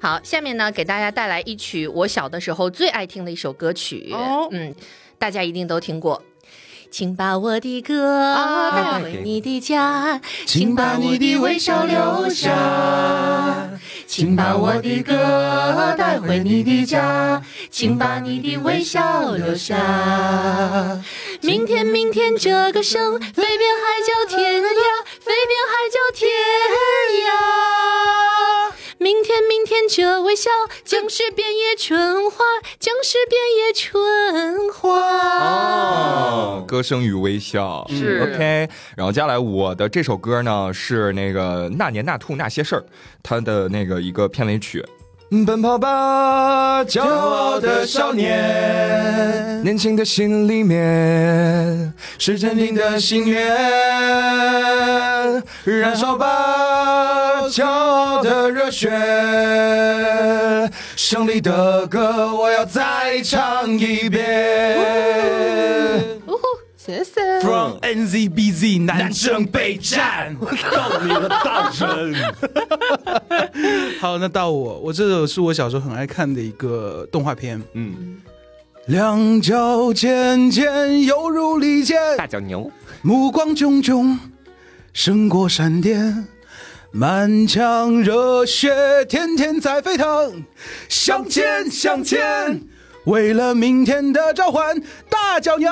[SPEAKER 4] 好，下面呢，给大家带来一曲我小的时候最爱听的一首歌曲，
[SPEAKER 2] 哦
[SPEAKER 4] 嗯，大家一定都听过。请把我的歌带回你的家，请把你的微笑留下，请把我的歌带回你的家，请把你的微笑留下。明天，明天这个省飞遍海角天涯，飞遍海角天涯。明天，明天这微笑将是遍野春花，将是遍野春花。
[SPEAKER 7] 哦，歌声与微笑
[SPEAKER 2] 是
[SPEAKER 7] OK。然后接下来我的这首歌呢是那个《那年那兔那些事儿》它的那个一个片尾曲。奔跑吧，骄傲的少年，年轻的心里面是坚定的信念。燃烧吧，骄傲的热血，胜利的歌我要再唱一遍。
[SPEAKER 4] 呜呼，谢谢。
[SPEAKER 7] From
[SPEAKER 3] NZBZ 男
[SPEAKER 7] 生备战，
[SPEAKER 3] *laughs* 好，那到我，我这首是我小时候很爱看的一个动画片。
[SPEAKER 1] 嗯，
[SPEAKER 3] 两脚尖尖犹如利剑，
[SPEAKER 1] 大脚牛，
[SPEAKER 3] 目光炯炯胜过闪电，满腔热血天天在沸腾，向前向前，为了明天的召唤，大脚牛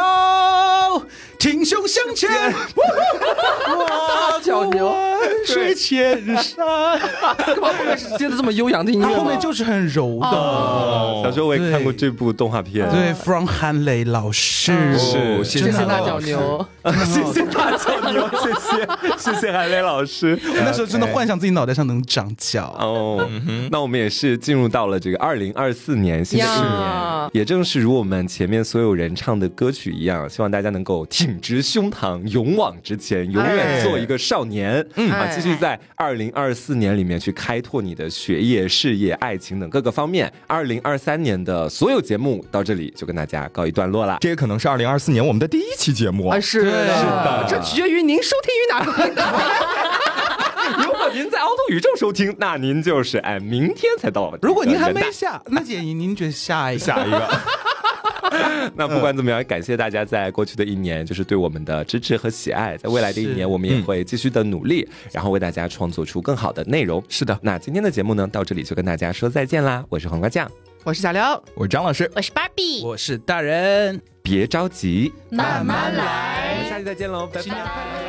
[SPEAKER 3] 挺胸向前， *laughs*
[SPEAKER 2] 大脚牛，
[SPEAKER 3] 水千山。
[SPEAKER 2] 干嘛后面是接的这么悠扬的音乐
[SPEAKER 3] 它
[SPEAKER 2] 吗？
[SPEAKER 3] 后面就是很柔的。
[SPEAKER 7] 哦
[SPEAKER 1] 小时候我也看过
[SPEAKER 3] 对
[SPEAKER 1] 这部动画片。
[SPEAKER 3] 对，From 韩磊老
[SPEAKER 1] 是
[SPEAKER 3] 师
[SPEAKER 7] 谢
[SPEAKER 2] 哦谢谢
[SPEAKER 7] 韩
[SPEAKER 2] 大
[SPEAKER 7] 磊
[SPEAKER 2] 脚
[SPEAKER 7] 老师
[SPEAKER 2] 牛，
[SPEAKER 1] 谢谢大脚牛，谢谢谢谢韩磊老师。
[SPEAKER 3] 我那时候真的幻想自己脑袋上能长角。
[SPEAKER 1] 哦，那我们也是进入到了这个二零二四年新的一年
[SPEAKER 2] 呀，
[SPEAKER 1] 也正是如我们前面所有人唱的歌曲一样，希望大家能够挺直胸膛，勇往直前，永远
[SPEAKER 7] 哎
[SPEAKER 1] 做一个少年，嗯啊，
[SPEAKER 2] 哎
[SPEAKER 1] 继续在二零二四年里面去开拓你的学业、事业、爱情等各个方面。二零二三年的所有节目到这里就跟大家告一段落啦。
[SPEAKER 7] 这也可能是二零二四年我们的第一期节目。
[SPEAKER 2] 啊是
[SPEAKER 3] 对是
[SPEAKER 2] 的
[SPEAKER 3] 的，啊
[SPEAKER 2] 这取决于您收听于哪个平台。如果您在凹凸
[SPEAKER 1] 宇宙收听，那您就是哎，明天才到。
[SPEAKER 3] 如果您还没
[SPEAKER 1] 元旦
[SPEAKER 3] 下，那姐您您觉得下一个？
[SPEAKER 7] 下一个，
[SPEAKER 1] 那不管怎么样，感谢大家在过去的一年就是对我们的支持和喜爱。在未来的一
[SPEAKER 3] 是嗯
[SPEAKER 1] 年，我们也会继续的努力，然后为大家创作出更好的内容。
[SPEAKER 3] 是的
[SPEAKER 1] 那今天的节目呢，到这里就跟大家说再见啦。我是黄瓜酱，
[SPEAKER 2] *laughs* 我是小刘，
[SPEAKER 7] 我是张老师，
[SPEAKER 4] 我是芭比，
[SPEAKER 3] 我是大人，
[SPEAKER 1] 别着急，
[SPEAKER 4] 慢慢来。
[SPEAKER 1] 我们下期再见喽，拜拜。